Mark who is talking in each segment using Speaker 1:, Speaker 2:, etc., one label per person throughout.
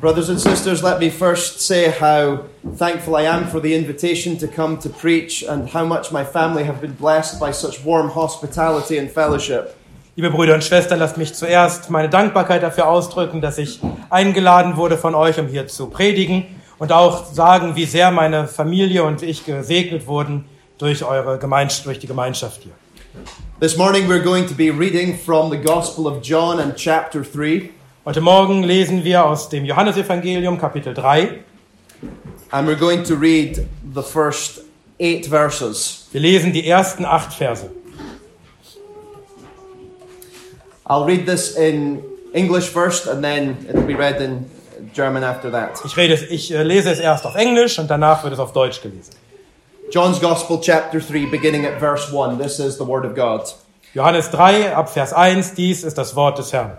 Speaker 1: Brothers and sisters, let me first say how thankful I am for the invitation to come to preach and how much my family have been blessed by such warm hospitality and fellowship.
Speaker 2: Liebe Brüder und Schwestern, lasst mich zuerst meine Dankbarkeit dafür ausdrücken, dass ich eingeladen wurde von euch, um hier zu predigen und auch sagen, wie sehr meine Familie und ich gesegnet wurden durch eure Gemeinschaft, durch die Gemeinschaft hier.
Speaker 1: This morning we're going to be reading from the Gospel of John and chapter 3,
Speaker 2: Heute Morgen lesen wir aus dem Johannesevangelium Kapitel 3.
Speaker 1: and we're going to read the first eight verses.
Speaker 2: Wir lesen die ersten acht Verse.
Speaker 1: I'll read this in English first and then it'll be read in German after that.
Speaker 2: Ich, rede, es- ich äh, lese es erst auf Englisch und danach wird es auf Deutsch gelesen.
Speaker 1: John's Gospel, chapter 3, beginning at verse 1. This is the Word of God.
Speaker 2: Johannes 3, ab Vers 1, dies ist das Wort des Herrn.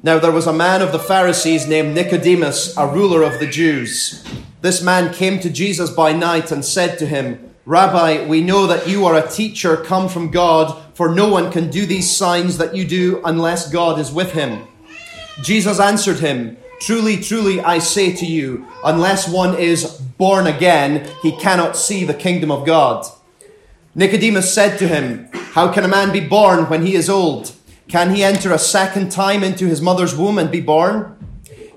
Speaker 1: Now there was a man of the Pharisees named Nicodemus, a ruler of the Jews. This man came to Jesus by night and said to him, Rabbi, we know that you are a teacher come from God, for no one can do these signs that you do unless God is with him. Jesus answered him, Truly, truly, I say to you, unless one is born again, he cannot see the kingdom of God. Nicodemus said to him, How can a man be born when he is old? Can he enter a second time into his mother's womb and be born?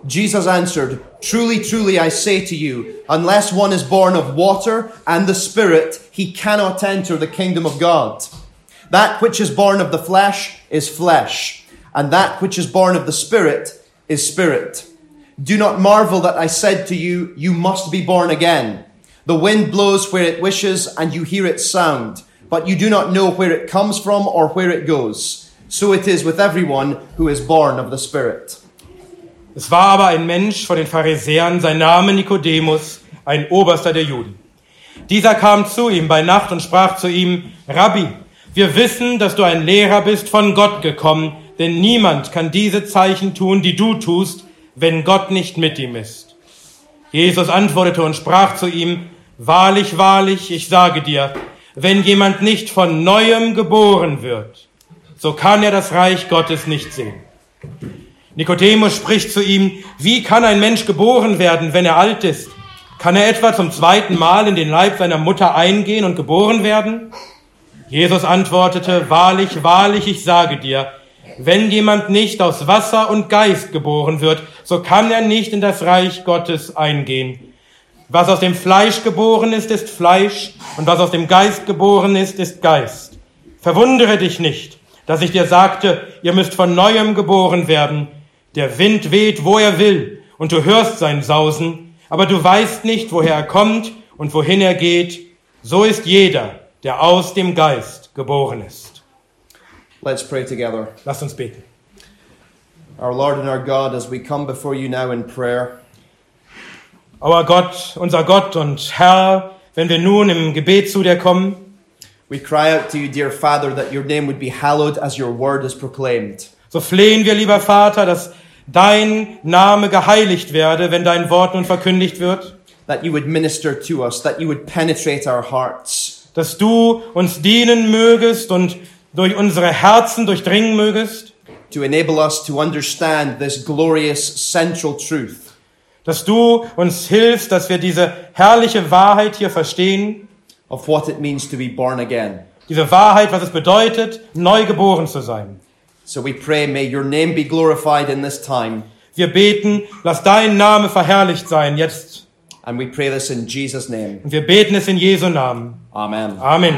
Speaker 1: Jesus answered, Truly, truly, I say to you, unless one is born of water and the Spirit, he cannot enter the kingdom of God. That which is born of the flesh is flesh, and that which is born of the Spirit is spirit. Do not marvel that I said to you, You must be born again. The wind blows where it wishes, and you hear its sound, but you do not know where it comes from or where it goes. So it is with everyone who is born of the Spirit.
Speaker 2: Es war aber ein Mensch von den Pharisäern, sein Name Nikodemus, ein Oberster der Juden. Dieser kam zu ihm bei Nacht und sprach zu ihm, Rabbi, wir wissen, dass du ein Lehrer bist von Gott gekommen, denn niemand kann diese Zeichen tun, die du tust, wenn Gott nicht mit ihm ist. Jesus antwortete und sprach zu ihm, Wahrlich, wahrlich, ich sage dir, wenn jemand nicht von neuem geboren wird, so kann er das Reich Gottes nicht sehen. Nikodemus spricht zu ihm, wie kann ein Mensch geboren werden, wenn er alt ist? Kann er etwa zum zweiten Mal in den Leib seiner Mutter eingehen und geboren werden? Jesus antwortete, wahrlich, wahrlich, ich sage dir, wenn jemand nicht aus Wasser und Geist geboren wird, so kann er nicht in das Reich Gottes eingehen. Was aus dem Fleisch geboren ist, ist Fleisch, und was aus dem Geist geboren ist, ist Geist. Verwundere dich nicht, dass ich dir sagte, ihr müsst von neuem geboren werden. Der Wind weht, wo er will, und du hörst sein Sausen, aber du weißt nicht, woher er kommt und wohin er geht. So ist jeder, der aus dem Geist geboren ist.
Speaker 1: Let's pray together.
Speaker 2: Lasst uns beten.
Speaker 1: Our Lord and our God, as we come before you now in prayer,
Speaker 2: Auer Gott, unser Gott und Herr, wenn wir nun im Gebet zu dir kommen,
Speaker 1: we cry out to you, dear Father, that your name would be hallowed as your word is proclaimed.
Speaker 2: so flehen wir, lieber Vater, dass dein Name geheiligt werde, wenn dein Wort nun verkündigt wird.
Speaker 1: that you would minister to us, that you would penetrate our hearts,
Speaker 2: dass du uns dienen mögest und durch unsere Herzen durchdringen mögest,
Speaker 1: to enable us to understand this glorious central truth
Speaker 2: dass du uns hilfst, dass wir diese herrliche Wahrheit hier verstehen,
Speaker 1: of what it means to be born again.
Speaker 2: diese Wahrheit, was es bedeutet, neu geboren zu sein.
Speaker 1: So we pray, may your name be glorified in this time,
Speaker 2: Wir beten, lass dein Name verherrlicht sein jetzt.
Speaker 1: and we pray this in Jesus' name.
Speaker 2: Und wir beten es in Jesu Namen.
Speaker 1: Amen.
Speaker 2: Amen.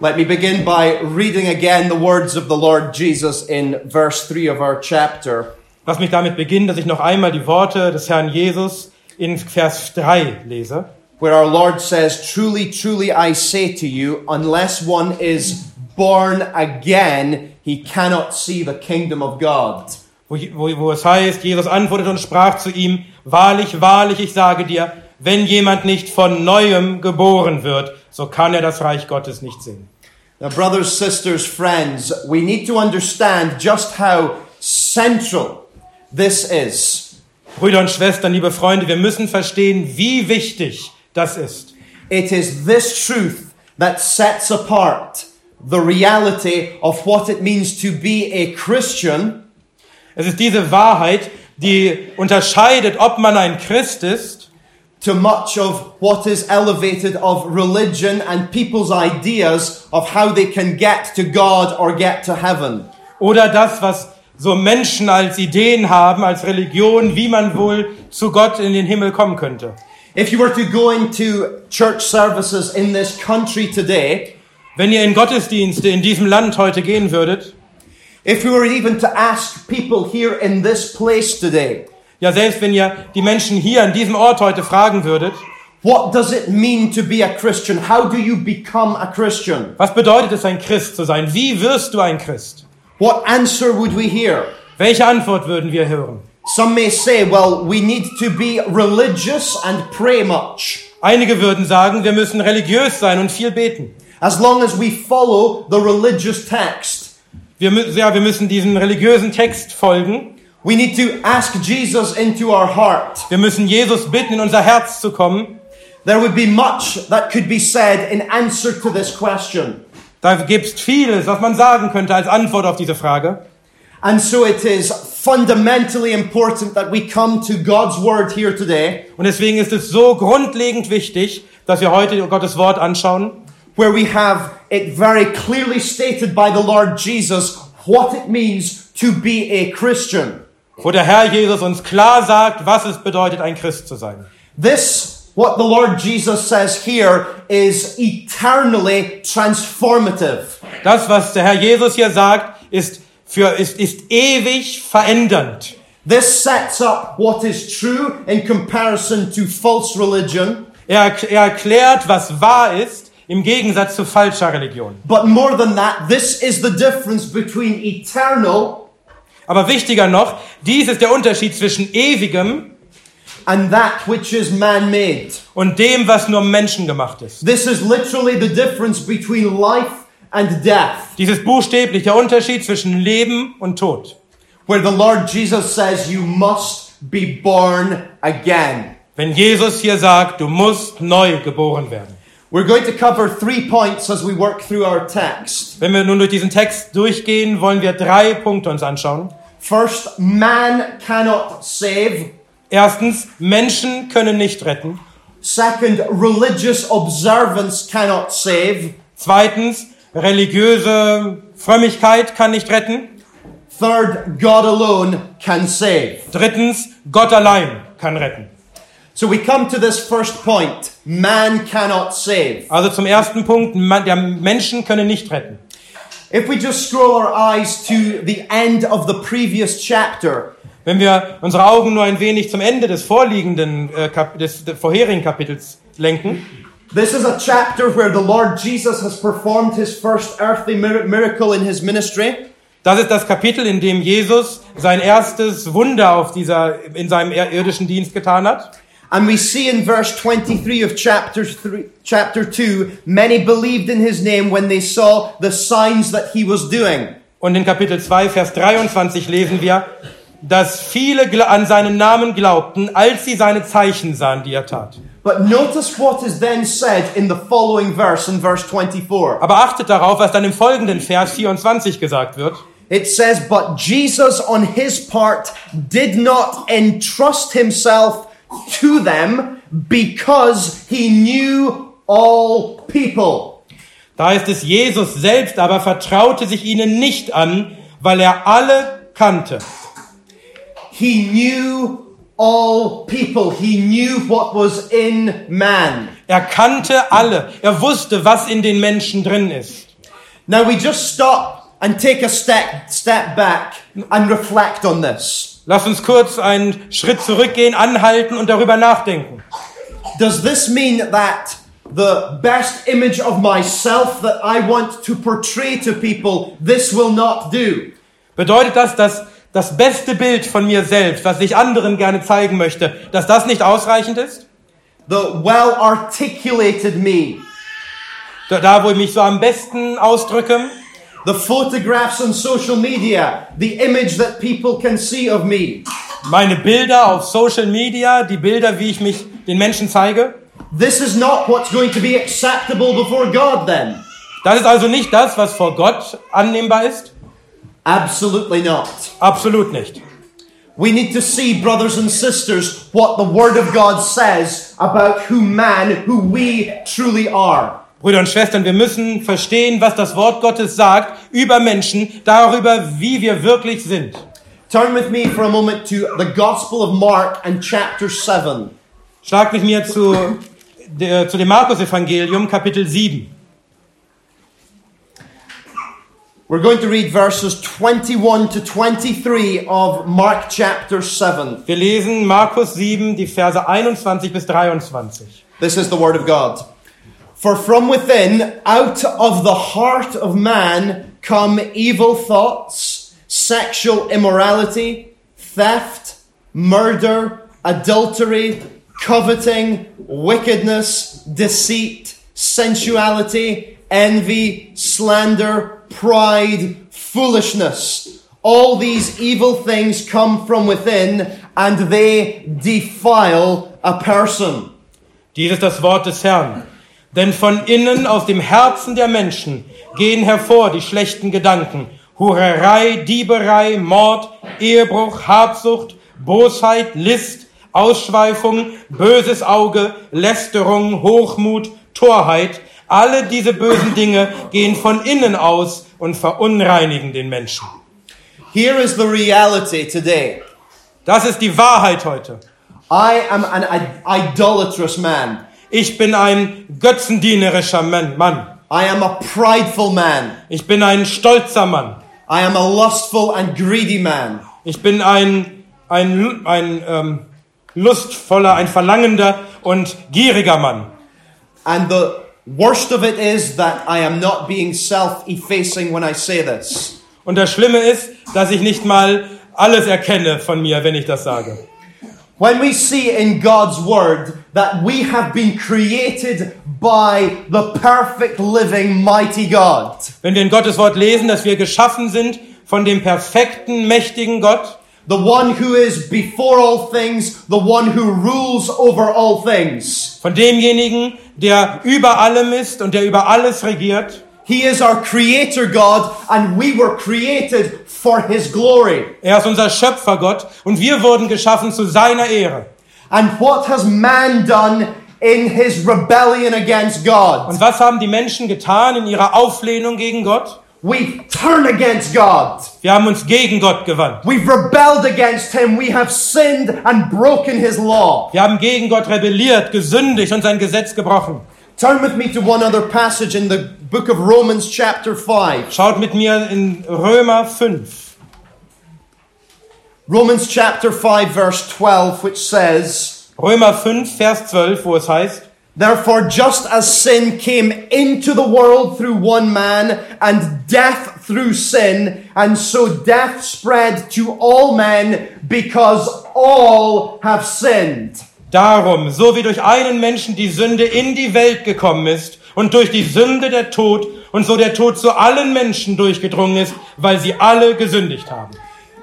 Speaker 1: Let me begin by reading again the words of the Lord Jesus in verse 3 of our chapter.
Speaker 2: Lass mich damit beginnen, dass ich noch einmal die Worte des Herrn Jesus in Vers 3 lese.
Speaker 1: where our Lord says, Truly, truly, I say to you, unless one is born again, he cannot see the kingdom of God.
Speaker 2: wo, wo, wo es heißt, Jesus antwortete und sprach zu ihm, wahrlich, wahrlich, ich sage dir, wenn jemand nicht von neuem geboren wird, so kann er das Reich Gottes nicht sehen.
Speaker 1: Now, brothers, sisters, friends, we need to understand just how central this is.
Speaker 2: Brüder und Schwestern, liebe Freunde, wir müssen verstehen, wie wichtig das ist.
Speaker 1: It is this truth that sets apart the reality of what it means to be a Christian
Speaker 2: Es ist diese Wahrheit, die unterscheidet, ob man ein Christ ist
Speaker 1: to much of what is elevated of religion and people's ideas of how they can get to God or get to heaven.
Speaker 2: oder das, was so Menschen als Ideen haben, als Religion, wie man wohl zu Gott in den Himmel kommen könnte.
Speaker 1: If you were to go into church services in this country today,
Speaker 2: Wenn ihr in Gottesdienste in diesem Land heute gehen würdet,
Speaker 1: if we were even to ask people here in this place today,
Speaker 2: ja selbst wenn ihr die Menschen hier an diesem Ort heute fragen würdet,
Speaker 1: what does it mean to be a Christian? How do you become a Christian?
Speaker 2: was bedeutet es, ein Christ zu sein? Wie wirst du ein Christ?
Speaker 1: What answer would we hear?
Speaker 2: Welche Antwort würden wir hören?
Speaker 1: Some may say, well, we need to be religious and pray much.
Speaker 2: Einige würden sagen, wir müssen religiös sein und viel beten.
Speaker 1: As long as we follow the religious text,
Speaker 2: Wir, mü- ja, wir müssen diesem religiösen Text folgen.
Speaker 1: we need to ask Jesus into our heart.
Speaker 2: Wir müssen Jesus bitten, in unser Herz zu kommen.
Speaker 1: There would be much that could be said in answer to this question.
Speaker 2: Da gibt es vieles, was man sagen könnte als Antwort auf diese Frage.
Speaker 1: And so it is fundamentally important that we come to God's word here today,
Speaker 2: Und deswegen ist es so grundlegend wichtig, dass wir heute Gottes Wort anschauen,
Speaker 1: where we have it very clearly stated by the Lord Jesus what it means to be a Christian.
Speaker 2: wo der Herr Jesus uns klar sagt, was es bedeutet, ein Christ zu sein.
Speaker 1: This, what the Lord Jesus says here, is eternally transformative.
Speaker 2: Das, was der Herr Jesus hier sagt, ist, für, ist, ist ewig verändernd.
Speaker 1: This sets up what is true in comparison to false religion,
Speaker 2: Er, er erklärt, was wahr ist, im Gegensatz zu falscher Religion.
Speaker 1: but more than that, this is the difference between eternal
Speaker 2: Aber wichtiger noch, dies ist der Unterschied zwischen ewigem
Speaker 1: and that which is man-made.
Speaker 2: und dem, was nur Menschen gemacht ist.
Speaker 1: This is literally the difference between life and death,
Speaker 2: Dies ist buchstäblich der Unterschied zwischen Leben und Tod.
Speaker 1: where the Lord Jesus says you must be born again.
Speaker 2: Wenn Jesus hier sagt, du musst neu geboren werden.
Speaker 1: We're going to cover three points as we work through our text.
Speaker 2: Wenn wir nun durch diesen Text durchgehen, wollen wir drei Punkte uns anschauen.
Speaker 1: First, man cannot save.
Speaker 2: Erstens, Menschen können nicht retten.
Speaker 1: Second, religious observance cannot save.
Speaker 2: Zweitens, religiöse Frömmigkeit kann nicht retten.
Speaker 1: Third, God alone can save.
Speaker 2: Drittens, Gott allein kann retten.
Speaker 1: So we come to this first point. Man cannot save.
Speaker 2: Also zum ersten Punkt, man- der Menschen können nicht retten.
Speaker 1: If we just scroll our eyes to the end of the previous chapter,
Speaker 2: Wenn wir unsere Augen nur ein wenig zum Ende des vorliegenden, äh, Kap des, des vorherigen Kapitels lenken,
Speaker 1: this is a chapter where the Lord Jesus has performed his first earthly mir- miracle in his ministry.
Speaker 2: Das ist das Kapitel, in dem Jesus sein erstes Wunder auf dieser, in seinem er- irdischen Dienst getan hat.
Speaker 1: And we see in verse 23 of chapter, three, chapter 2 many believed in his name when they saw the signs that he was doing.
Speaker 2: Und in Kapitel 2, Vers 23 lesen wir, dass viele gl- an seinen Namen glaubten, als sie seine Zeichen sahen, die er tat.
Speaker 1: But notice what is then said in the following verse, in verse 24.
Speaker 2: Aber achtet darauf, was dann im folgenden Vers 24 gesagt wird.
Speaker 1: It says, But Jesus on his part did not entrust himself to them because he knew all people.
Speaker 2: Da heißt es, Jesus selbst aber vertraute sich ihnen nicht an, weil er alle kannte.
Speaker 1: He knew all people. He knew what was in man.
Speaker 2: Er kannte alle. Er wusste, was in den Menschen drin ist.
Speaker 1: Now we just stop and take a step, step back and reflect on this.
Speaker 2: Lass uns kurz einen Schritt zurückgehen, anhalten und darüber nachdenken.
Speaker 1: Does this mean that the best image of myself that I want to portray to people, this will not do?
Speaker 2: Bedeutet das, dass das beste Bild von mir selbst, was ich anderen gerne zeigen möchte, dass das nicht ausreichend ist?
Speaker 1: The well articulated me,
Speaker 2: Da- Da, wo ich mich so am besten ausdrücke,
Speaker 1: the photographs on social media, the image that people can see of me.
Speaker 2: meine Bilder auf Social Media, die Bilder, wie ich mich den Menschen zeige.
Speaker 1: This is not what's going to be acceptable before God then.
Speaker 2: Das ist also nicht das, was vor Gott annehmbar ist?
Speaker 1: Absolutely not.
Speaker 2: Absolut nicht.
Speaker 1: We need to see, brothers and sisters, what the Word of God says about who man, who we truly are.
Speaker 2: Brüder und Schwestern, wir müssen verstehen, was das Wort Gottes sagt über Menschen, darüber, wie wir wirklich sind.
Speaker 1: Turn with me for a moment to the Gospel of Mark and chapter 7.
Speaker 2: Schlag mit mir zu, der, zu dem Markus-Evangelium, Kapitel 7.
Speaker 1: We're going to read verses 21 to 23 of Mark chapter 7.
Speaker 2: Wir lesen Markus 7, die Verse 21 bis 23.
Speaker 1: This is the Word of God. For from within, out of the heart of man, come evil thoughts, sexual immorality, theft, murder, adultery, coveting, wickedness, deceit, sensuality, envy, slander, pride, foolishness. All these evil things come from within and they defile a person.
Speaker 2: Dies ist das Wort des Herrn. Denn von innen aus dem Herzen der Menschen gehen hervor die schlechten Gedanken. Hurerei, Dieberei, Mord, Ehebruch, Habsucht, Bosheit, List, Ausschweifung, böses Auge, Lästerung, Hochmut, Torheit. Alle diese bösen Dinge gehen von innen aus und verunreinigen den Menschen.
Speaker 1: Here is the reality today.
Speaker 2: Das ist die Wahrheit heute.
Speaker 1: I am an i- idolatrous man.
Speaker 2: Ich bin ein götzendienerischer Man- Mann.
Speaker 1: I am a prideful man.
Speaker 2: Ich bin ein stolzer Mann.
Speaker 1: I am a lustful and greedy man.
Speaker 2: Ich bin ein, ein, ein ähm, lustvoller, ein verlangender und gieriger Mann.
Speaker 1: And the worst of it is that I am not being self effacing when I say this.
Speaker 2: Und das Schlimme ist, dass ich nicht mal alles erkenne von mir, wenn ich das sage.
Speaker 1: When we see in God's Word that we have been created by the perfect living mighty God,
Speaker 2: Wenn wir in Gottes Wort lesen, dass wir geschaffen sind von dem perfekten, mächtigen Gott,
Speaker 1: the one who is before all things, the one who rules over all things,
Speaker 2: von demjenigen, der über allem ist und der über alles regiert.
Speaker 1: He is our creator God and we were created for his glory.
Speaker 2: Er ist unser Schöpfergott und wir wurden geschaffen zu seiner Ehre.
Speaker 1: And what has man done in his rebellion against God?
Speaker 2: Und was haben die Menschen getan in ihrer Auflehnung gegen Gott?
Speaker 1: We turn against God.
Speaker 2: Wir haben uns gegen Gott gewandt.
Speaker 1: We've rebelled against him. We have sinned and broken his law.
Speaker 2: Wir haben gegen Gott rebelliert, gesündigt und sein Gesetz gebrochen.
Speaker 1: Turn with me to one other passage in the book of Romans chapter 5.
Speaker 2: Schaut mit mir in Römer 5.
Speaker 1: Romans chapter 5 verse 12 which says,
Speaker 2: Römer 5, Vers 12, wo es heißt,
Speaker 1: Therefore, just as sin came into the world through one man, and death through sin, and so death spread to all men because all have sinned.
Speaker 2: Darum, so wie durch einen Menschen die Sünde in die Welt gekommen ist und durch die Sünde der Tod und so der Tod zu allen Menschen durchgedrungen ist, weil sie alle gesündigt haben.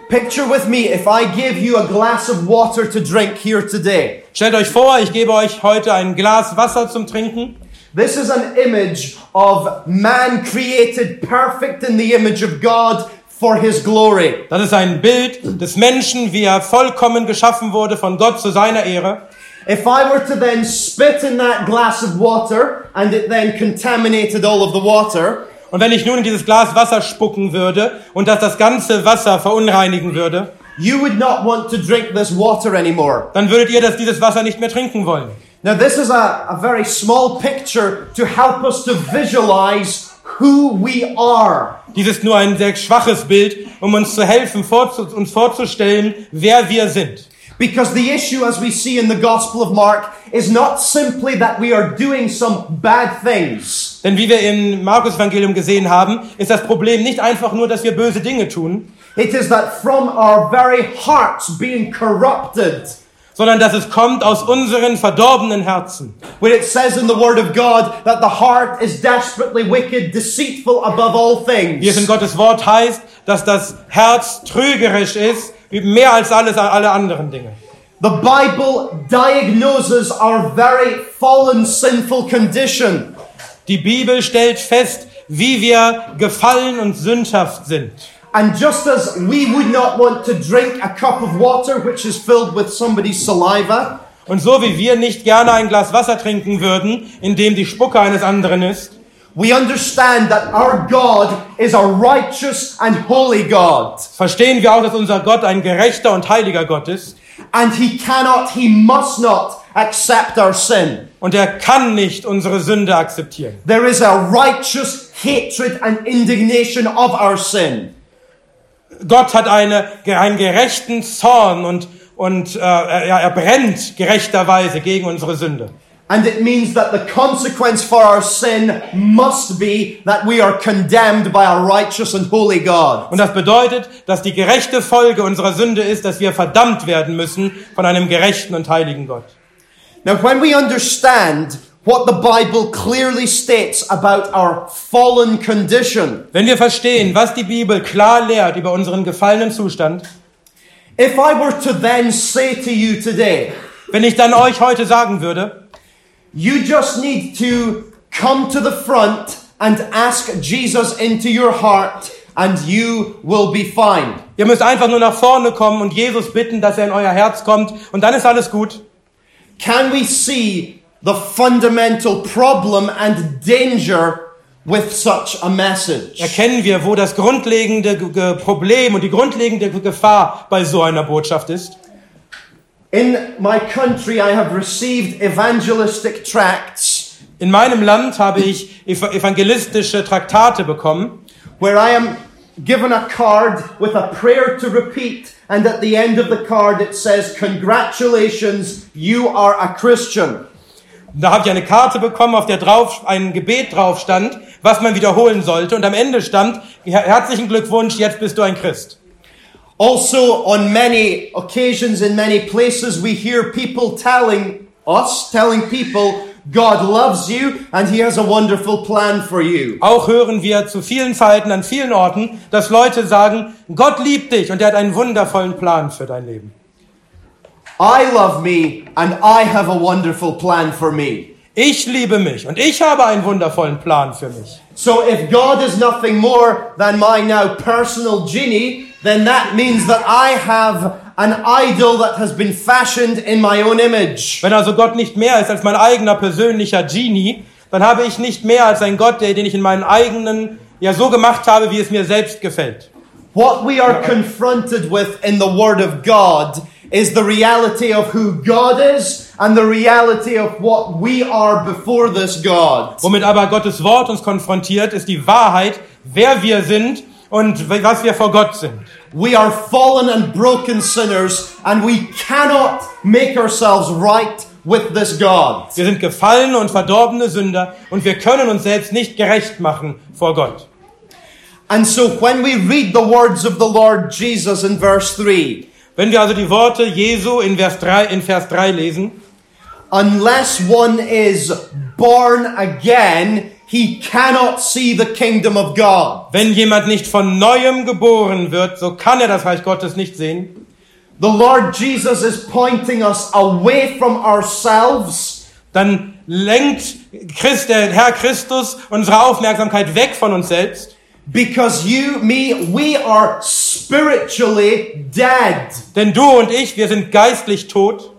Speaker 1: Picture with me if I give you a glass of water to drink here today.
Speaker 2: Stellt euch vor, ich gebe euch heute ein Glas Wasser zum Trinken.
Speaker 1: This is an image of man created perfect in the image of God for his glory.
Speaker 2: Das ist ein Bild des Menschen, wie er vollkommen geschaffen wurde von Gott zu seiner Ehre.
Speaker 1: If I were to then spit in that glass of water and it then contaminated all of the water,
Speaker 2: Und wenn ich nun in dieses Glas Wasser spucken würde und das das ganze Wasser verunreinigen würde,
Speaker 1: You would not want to drink this water anymore.
Speaker 2: dann würdet ihr das dieses Wasser nicht mehr trinken wollen.
Speaker 1: Now, this is a, a very small picture to help us to visualize who we are.
Speaker 2: Dies ist nur ein sehr schwaches Bild, um uns zu helfen, vorzu uns vorzustellen, wer wir sind.
Speaker 1: Because the issue, as we see in the Gospel of Mark, is not simply that we are doing some bad things.
Speaker 2: Denn wie wir im Markus-Evangelium gesehen haben, ist das Problem nicht einfach nur, dass wir böse Dinge tun,
Speaker 1: It is that from our very hearts being corrupted,
Speaker 2: sondern dass es kommt aus unseren verdorbenen Herzen.
Speaker 1: when it says in the Word of God that the heart is desperately wicked, deceitful above all things.
Speaker 2: Wie es in Gottes Wort heißt, dass das Herz trügerisch ist, wie mehr als alles alle anderen Dinge.
Speaker 1: The Bible diagnoses our very fallen sinful condition.
Speaker 2: Die Bibel stellt fest, wie wir gefallen und sündhaft sind.
Speaker 1: And just as we would not want to drink a cup of water which is filled with somebody's saliva,
Speaker 2: Und so wie wir nicht gerne ein Glas Wasser trinken würden, in dem die Spucke eines anderen ist,
Speaker 1: we understand that our God is a righteous and holy God.
Speaker 2: verstehen wir auch, dass unser Gott ein gerechter und heiliger Gott ist.
Speaker 1: And He cannot, He must not accept our sin.
Speaker 2: Und er kann nicht unsere Sünde akzeptieren.
Speaker 1: There is a righteous hatred and indignation of our sin.
Speaker 2: Gott hat eine, einen gerechten Zorn und, und äh, er, er brennt gerechterweise gegen unsere Sünde.
Speaker 1: And it means that the consequence for our sin must be that we are condemned by a righteous and holy God.
Speaker 2: Und das bedeutet, dass die gerechte Folge unserer Sünde ist, dass wir verdammt werden müssen von einem gerechten und heiligen Gott.
Speaker 1: Now, when we understand what the Bible clearly states about our fallen condition,
Speaker 2: Wenn wir verstehen, was die Bibel klar lehrt über unseren gefallenen Zustand,
Speaker 1: if I were to then say to you today,
Speaker 2: wenn ich dann euch heute sagen würde,
Speaker 1: you just need to come to the front and ask Jesus into your heart and you will be fine.
Speaker 2: ihr müsst einfach nur nach vorne kommen und Jesus bitten, dass er in euer Herz kommt und dann ist alles gut.
Speaker 1: Can we see the fundamental problem and danger with such a message?
Speaker 2: Erkennen wir, wo das grundlegende Ge- Ge- Problem und die grundlegende Ge- Gefahr bei so einer Botschaft ist.
Speaker 1: In my country, I have received evangelistic tracts
Speaker 2: In meinem Land habe ich ev- evangelistische Traktate bekommen.
Speaker 1: where I am given a card with a prayer to repeat, and at the end of the card it says, Congratulations, you are a Christian.
Speaker 2: Da habe ich eine Karte bekommen, auf der drauf ein Gebet drauf stand, was man wiederholen sollte. Und am Ende stand, "Her- herzlichen Glückwunsch, jetzt bist du ein Christ.
Speaker 1: Also, on many occasions in many places, we hear people telling us, telling people, God loves you and He has a wonderful plan for you.
Speaker 2: Auch hören wir zu vielen Zeiten an vielen Orten, dass Leute sagen, Gott liebt dich und er hat einen wundervollen Plan für dein Leben.
Speaker 1: I love me and I have a wonderful plan for me.
Speaker 2: Ich liebe mich und ich habe einen wundervollen Plan für mich.
Speaker 1: So, if God is nothing more than my now personal genie, then that means that I have an idol that has been fashioned in my own image.
Speaker 2: Wenn also Gott nicht mehr ist als mein eigener persönlicher Genie, dann habe ich nicht mehr als einen Gott, der, den ich in meinen eigenen, ja so gemacht habe, wie es mir selbst gefällt.
Speaker 1: What we are confronted with in the Word of God is the reality of who God is and the reality of what we are before this God.
Speaker 2: Womit aber Gottes Wort uns konfrontiert, ist die Wahrheit, wer wir sind und was wir vor Gott sind.
Speaker 1: We are fallen and broken sinners and we cannot make ourselves right with this God.
Speaker 2: Wir sind gefallene und verdorbene Sünder und wir können uns selbst nicht gerecht machen vor Gott.
Speaker 1: And so when we read the words of the Lord Jesus in verse 3,
Speaker 2: Wenn wir also die Worte Jesu in Vers 3, in Vers 3 lesen,
Speaker 1: unless one is born again, he cannot see the kingdom of God.
Speaker 2: wenn jemand nicht von neuem geboren wird, so kann er das Reich Gottes nicht sehen.
Speaker 1: The Lord Jesus is pointing us away from ourselves
Speaker 2: dann lenkt Christ, der Herr Christus unsere Aufmerksamkeit weg von uns selbst.
Speaker 1: because you, me, we are spiritually dead.
Speaker 2: Denn du und ich, wir sind geistlich tot.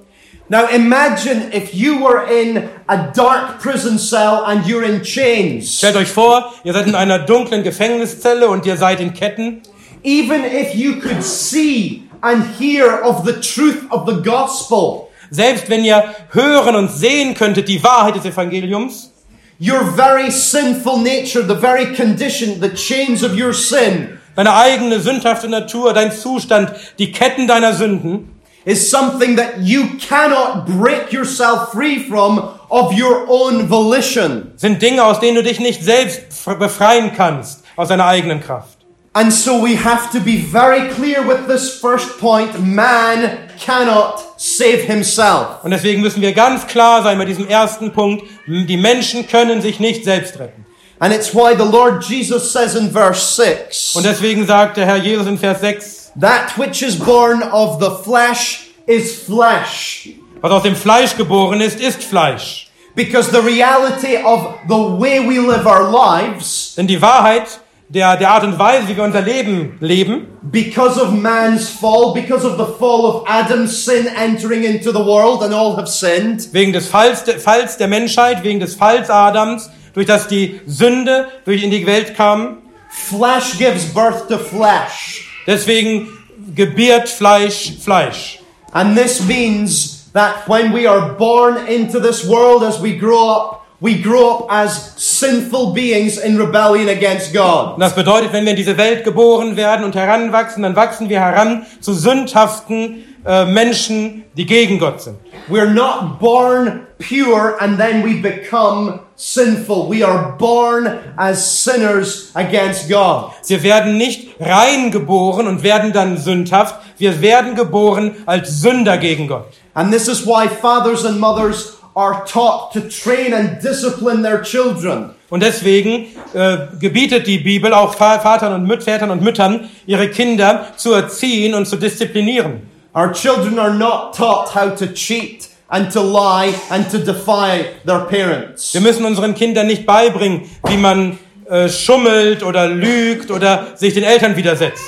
Speaker 1: Now imagine if you were in a dark prison cell and you're in chains.
Speaker 2: Stellt euch vor, ihr seid in einer dunklen Gefängniszelle und ihr seid in Ketten.
Speaker 1: Even if you could see and hear of the truth of the gospel,
Speaker 2: Selbst wenn ihr hören und sehen könntet die Wahrheit des Evangeliums,
Speaker 1: your very sinful nature, the very condition, the chains of your sin
Speaker 2: deine eigene sündhafte Natur, dein Zustand, die Ketten deiner Sünden,
Speaker 1: is something that you cannot break yourself free from of your own volition.
Speaker 2: sind Dinge, aus denen du dich nicht selbst f- befreien kannst, aus deiner eigenen Kraft.
Speaker 1: And so we have to be very clear with this first point man cannot save himself.
Speaker 2: Und deswegen müssen wir ganz klar sein bei diesem ersten Punkt, die Menschen können sich nicht selbst retten.
Speaker 1: And it's why the Lord Jesus says in verse 6
Speaker 2: Und deswegen sagt der Herr Jesus in Vers 6,
Speaker 1: that which is born of the flesh is flesh.
Speaker 2: was aus dem Fleisch geboren ist, ist Fleisch.
Speaker 1: Because the reality of the way we live our lives
Speaker 2: Denn die Wahrheit der, der Art und Weise, wie wir unser Leben leben,
Speaker 1: Because of man's fall, because of the fall of Adam's sin entering into the world, and all have sinned,
Speaker 2: wegen des Falls, der- Falls der Menschheit, wegen des Falls Adams, durch das die Sünde durch in die Welt kam.
Speaker 1: flesh gives birth to flesh.
Speaker 2: Deswegen gebiert Fleisch Fleisch.
Speaker 1: And this means that when we are born into this world as we grow up, we grow up as sinful beings in rebellion against God.
Speaker 2: Und das bedeutet, wenn wir in diese Welt geboren werden und heranwachsen, dann wachsen wir heran zu sündhaften äh, Menschen, die gegen Gott sind.
Speaker 1: We're not born pure and then we become sinful. We are born as sinners against God.
Speaker 2: Wir werden nicht rein geboren und werden dann sündhaft. Wir werden geboren als Sünder gegen Gott.
Speaker 1: And this is why fathers and mothers are taught to train and discipline their children.
Speaker 2: Und deswegen äh, gebietet die Bibel auch Fa- Vatern und Müt Vätern und Müttern, ihre Kinder zu erziehen und zu disziplinieren.
Speaker 1: Our children are not taught how to cheat and to lie and to defy their parents.
Speaker 2: Wir müssen unseren Kindern nicht beibringen, wie man äh, schummelt oder lügt oder sich den Eltern widersetzt.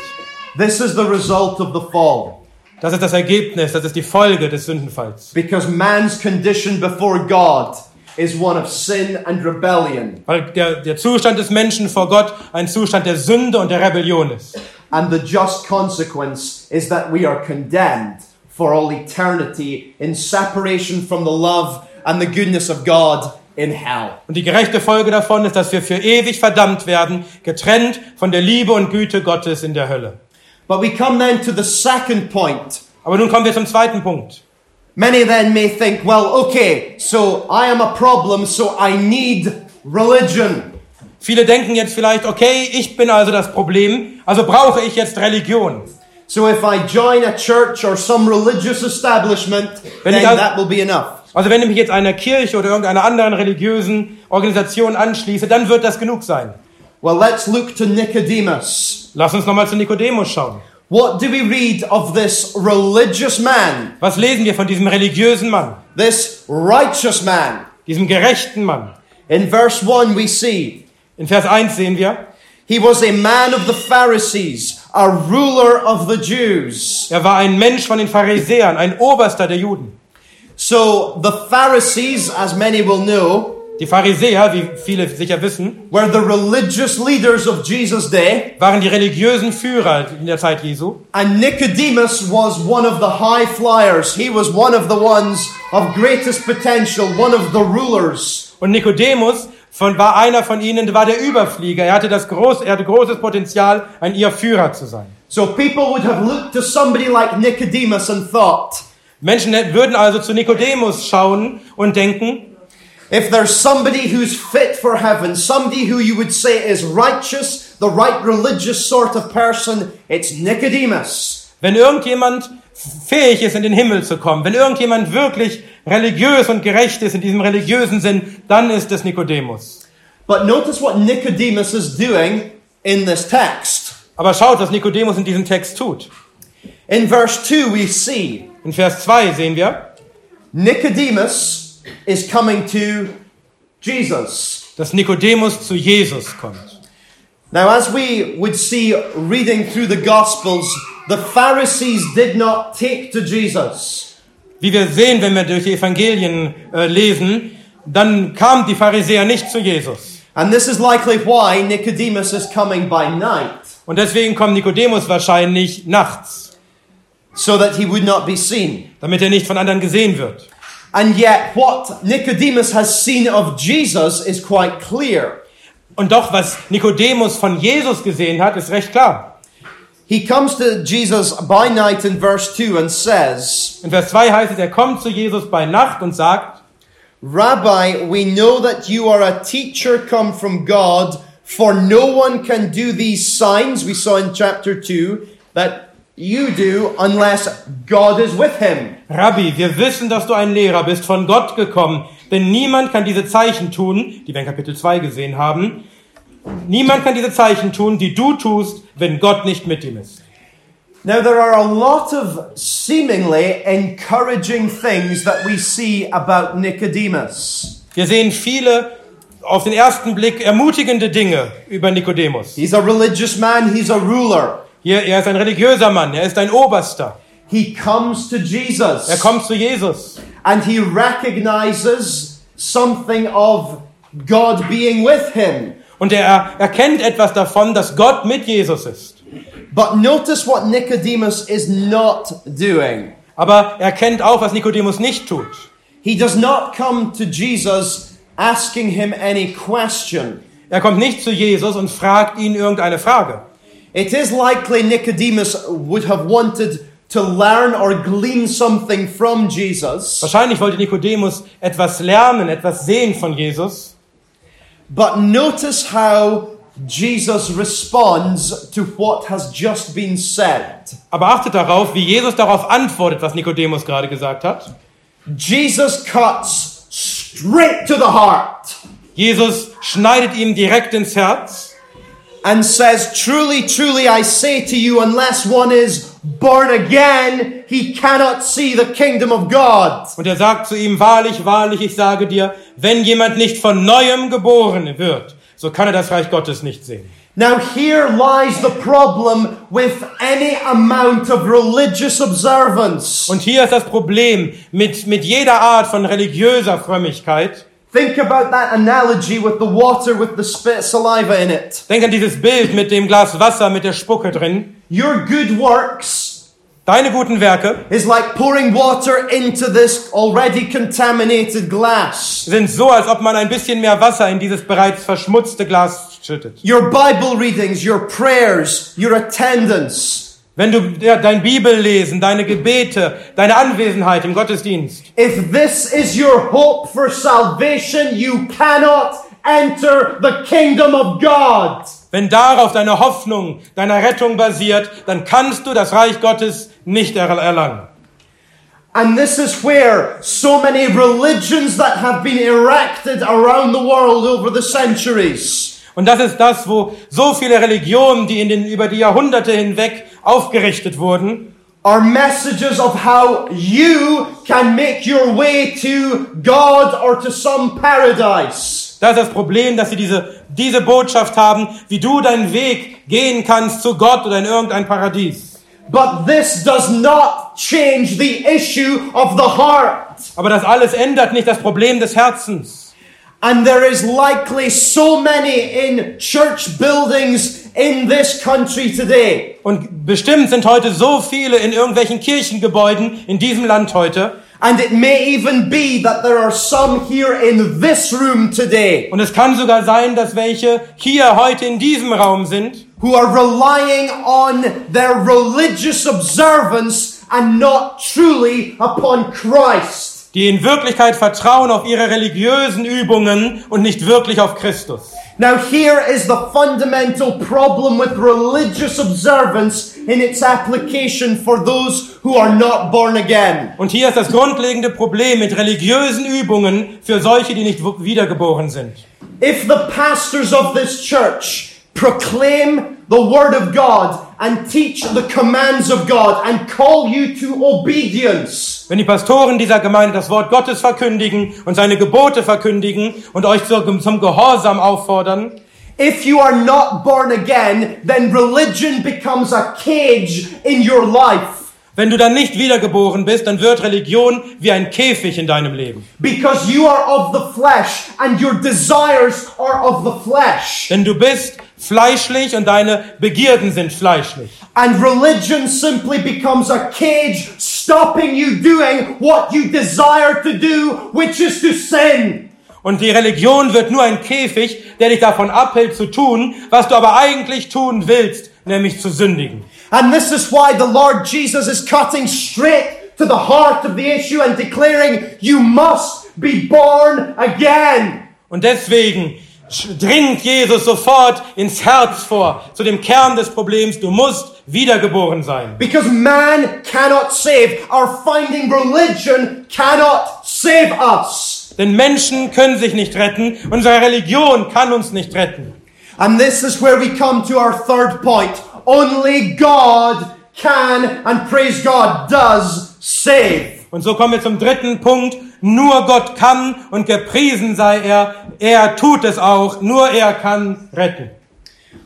Speaker 1: This is the result of the fall.
Speaker 2: Das ist das Ergebnis, das ist die Folge des Sündenfalls.
Speaker 1: Because man's condition before God is one of sin and rebellion.
Speaker 2: Weil der, der Zustand des Menschen vor Gott ein Zustand der Sünde und der Rebellion ist.
Speaker 1: And the just consequence is that we are condemned for all eternity in separation from the love and the goodness of God in hell.
Speaker 2: Und die gerechte Folge davon ist, dass wir für ewig verdammt werden, getrennt von der Liebe und Güte Gottes in der Hölle.
Speaker 1: But we come then to the second point.
Speaker 2: Aber nun kommen wir zum zweiten Punkt.
Speaker 1: Many then may think, well, okay, so I am a problem, so I need religion.
Speaker 2: Viele denken jetzt vielleicht, okay, ich bin also das Problem, also brauche ich jetzt Religion.
Speaker 1: So if I join a church or some religious establishment,
Speaker 2: Wenn
Speaker 1: then
Speaker 2: ich al-
Speaker 1: that will be enough.
Speaker 2: Also wenn ich mich jetzt einer Kirche oder irgendeiner anderen religiösen Organisation anschließe, dann wird das genug sein.
Speaker 1: Well, let's look to Nicodemus.
Speaker 2: Lass uns nochmal zu Nikodemus schauen.
Speaker 1: What do we read of this religious man,
Speaker 2: Was lesen wir von diesem religiösen Mann?
Speaker 1: this righteous man?
Speaker 2: diesem gerechten Mann.
Speaker 1: In verse 1, we see
Speaker 2: In Vers 1 sehen wir,
Speaker 1: he was a man of the Pharisees, a ruler of the Jews.
Speaker 2: er war ein Mensch von den Pharisäern, ein Oberster der Juden.
Speaker 1: So the Pharisees, as many will know,
Speaker 2: Die Pharisäer, wie viele sicher wissen,
Speaker 1: were the religious leaders of Jesus' day,
Speaker 2: waren die religiösen Führer in der Zeit Jesu.
Speaker 1: and Nicodemus was one of the high flyers. He was one of the ones of greatest potential, one of the rulers.
Speaker 2: Und Nikodemus von, war einer von ihnen, der war der Überflieger. Er hatte, das groß, er hatte großes Potenzial, ein ihr Führer zu sein.
Speaker 1: So people would have looked to somebody like Nicodemus and thought,
Speaker 2: Menschen würden also zu Nikodemus schauen und denken,
Speaker 1: if there's somebody who's fit for heaven, somebody who you would say is righteous, the right religious sort of person, it's Nicodemus.
Speaker 2: wenn irgendjemand fähig ist, in den Himmel zu kommen, wenn irgendjemand wirklich religiös und gerecht ist in diesem religiösen Sinn, dann ist es Nikodemus.
Speaker 1: But notice what Nicodemus is doing in this text.
Speaker 2: Aber schaut, was Nikodemus in diesem Text tut.
Speaker 1: In verse 2, we see
Speaker 2: In Vers 2 sehen wir,
Speaker 1: Nicodemus is coming to Jesus.
Speaker 2: dass Nikodemus zu Jesus kommt.
Speaker 1: Now, as we would see reading through the Gospels, the Pharisees did not take to Jesus.
Speaker 2: Wie wir sehen, wenn wir durch die Evangelien äh, lesen, dann kamen die Pharisäer nicht zu Jesus.
Speaker 1: And this is likely why Nicodemus is coming by night,
Speaker 2: Und deswegen kommt Nikodemus wahrscheinlich nachts,
Speaker 1: so that he would not be seen.
Speaker 2: damit er nicht von anderen gesehen wird.
Speaker 1: And yet, what Nicodemus has seen of Jesus is quite clear.
Speaker 2: Und doch, was Nikodemus von Jesus gesehen hat, ist recht klar.
Speaker 1: He comes to Jesus by night in verse 2 and says,
Speaker 2: In Vers 2 heißt es, er kommt zu Jesus bei Nacht und sagt,
Speaker 1: Rabbi, we know that you are a teacher come from God, for no one can do these signs we saw in chapter 2 that you do unless God is with him.
Speaker 2: Rabbi, wir wissen, dass du ein Lehrer bist, von Gott gekommen, denn niemand kann diese Zeichen tun, die wir in Kapitel 2 gesehen haben. Niemand kann diese Zeichen tun, die du tust, wenn Gott nicht mit ihm ist.
Speaker 1: Now, there are a lot of seemingly encouraging things that we see about Nicodemus.
Speaker 2: Wir sehen viele auf den ersten Blick ermutigende Dinge über Nikodemus.
Speaker 1: He's a religious man, he's a ruler.
Speaker 2: Hier, er ist ein religiöser Mann, er ist ein Oberster.
Speaker 1: He comes to Jesus
Speaker 2: Er kommt zu Jesus
Speaker 1: and he recognizes something of God being with him.
Speaker 2: und er erkennt etwas davon, dass Gott mit Jesus ist.
Speaker 1: But notice what Nicodemus is not doing.
Speaker 2: Aber er kennt auch, was Nikodemus nicht tut.
Speaker 1: He does not come to Jesus asking him any question.
Speaker 2: Er kommt nicht zu Jesus und fragt ihn irgendeine Frage.
Speaker 1: It is likely Nicodemus would have wanted to learn or glean something from Jesus,
Speaker 2: Wahrscheinlich wollte Nikodemus etwas lernen, etwas sehen von Jesus.
Speaker 1: but notice how Jesus responds to what has just been said.
Speaker 2: Aber achtet darauf, wie Jesus darauf antwortet, was Nikodemus gerade gesagt hat.
Speaker 1: Jesus cuts straight to the heart
Speaker 2: Jesus schneidet ihm direkt ins Herz
Speaker 1: and says, Truly, truly, I say to you, unless one is born again, he cannot see the kingdom of God.
Speaker 2: und er sagt zu ihm, wahrlich, wahrlich, ich sage dir, wenn jemand nicht von neuem geboren wird, so kann er das Reich Gottes nicht sehen.
Speaker 1: Now, here lies the problem with any amount of religious observance.
Speaker 2: Und hier ist das Problem mit, mit jeder Art von religiöser Frömmigkeit.
Speaker 1: Think about that analogy with the water with the spit saliva in it.
Speaker 2: Denk an dieses Bild mit dem Glas Wasser mit der Spucke drin.
Speaker 1: Your good works
Speaker 2: Deine guten Werke
Speaker 1: is like pouring water into this already contaminated glass.
Speaker 2: sind so, als ob man ein bisschen mehr Wasser in dieses bereits verschmutzte Glas schüttet.
Speaker 1: Your Bible readings, your prayers, your attendance.
Speaker 2: Wenn du ja, dein Bibellesen, deine Gebete, deine Anwesenheit im Gottesdienst,
Speaker 1: If this is your hope for salvation, you cannot enter the kingdom of God.
Speaker 2: wenn darauf deine Hoffnung, deiner Rettung basiert, dann kannst du das Reich Gottes nicht er erlangen.
Speaker 1: And this is where so many religions that have been erected around the world over the centuries
Speaker 2: Und das ist das, wo so viele Religionen, die in den, über die Jahrhunderte hinweg aufgerichtet wurden,
Speaker 1: are messages of how you can make your way to God or to some paradise.
Speaker 2: da ist das Problem, dass sie diese, diese Botschaft haben, wie du deinen Weg gehen kannst zu Gott oder in irgendein Paradies.
Speaker 1: But this does not change the issue of the heart.
Speaker 2: Aber das alles ändert nicht das Problem des Herzens.
Speaker 1: And there is likely so many in church buildings in this country today.
Speaker 2: Und bestimmt sind heute so viele in irgendwelchen Kirchengebäuden in diesem Land heute.
Speaker 1: And it may even be that there are some here in this room today
Speaker 2: Und es kann sogar sein, dass welche hier heute in diesem Raum sind,
Speaker 1: who are relying on their religious observance and not truly upon Christ.
Speaker 2: die in Wirklichkeit vertrauen auf ihre religiösen Übungen und nicht wirklich auf Christus.
Speaker 1: Now here is the fundamental problem with religious observance in its application for those who are not born again.
Speaker 2: Und hier ist das grundlegende Problem mit religiösen Übungen für solche, die nicht w- wiedergeboren sind.
Speaker 1: If the pastors of this church proclaim the word of God and teach the commands of God and call you to obedience,
Speaker 2: Wenn die Pastoren dieser Gemeinde das Wort Gottes verkündigen und seine Gebote verkündigen und euch zur- zum Gehorsam auffordern,
Speaker 1: if you are not born again, then religion becomes a cage in your life
Speaker 2: wenn du dann nicht wiedergeboren bist, dann wird Religion wie ein Käfig in deinem Leben.
Speaker 1: because you are of the flesh and your desires are of the flesh.
Speaker 2: Denn du bist fleischlich und deine Begierden sind fleischlich.
Speaker 1: And religion simply becomes a cage stopping you doing what you desire to do, which is to sin.
Speaker 2: Und die Religion wird nur ein Käfig, der dich davon abhält zu tun, was du aber eigentlich tun willst, nämlich zu sündigen.
Speaker 1: And this is why the Lord Jesus is cutting straight to the heart of the issue and declaring, you must be born again.
Speaker 2: Und deswegen sch- dringt Jesus sofort ins Herz vor, zu dem Kern des Problems, du musst wiedergeboren sein.
Speaker 1: Because man cannot save. Our finding religion cannot save us.
Speaker 2: Denn Menschen können sich nicht retten, unsere Religion kann uns nicht retten.
Speaker 1: And this is where we come to our third point. Only God can and praise God does save.
Speaker 2: Und so kommen wir zum dritten Punkt. Nur Gott kann und gepriesen sei er. Er tut es auch. Nur er kann retten.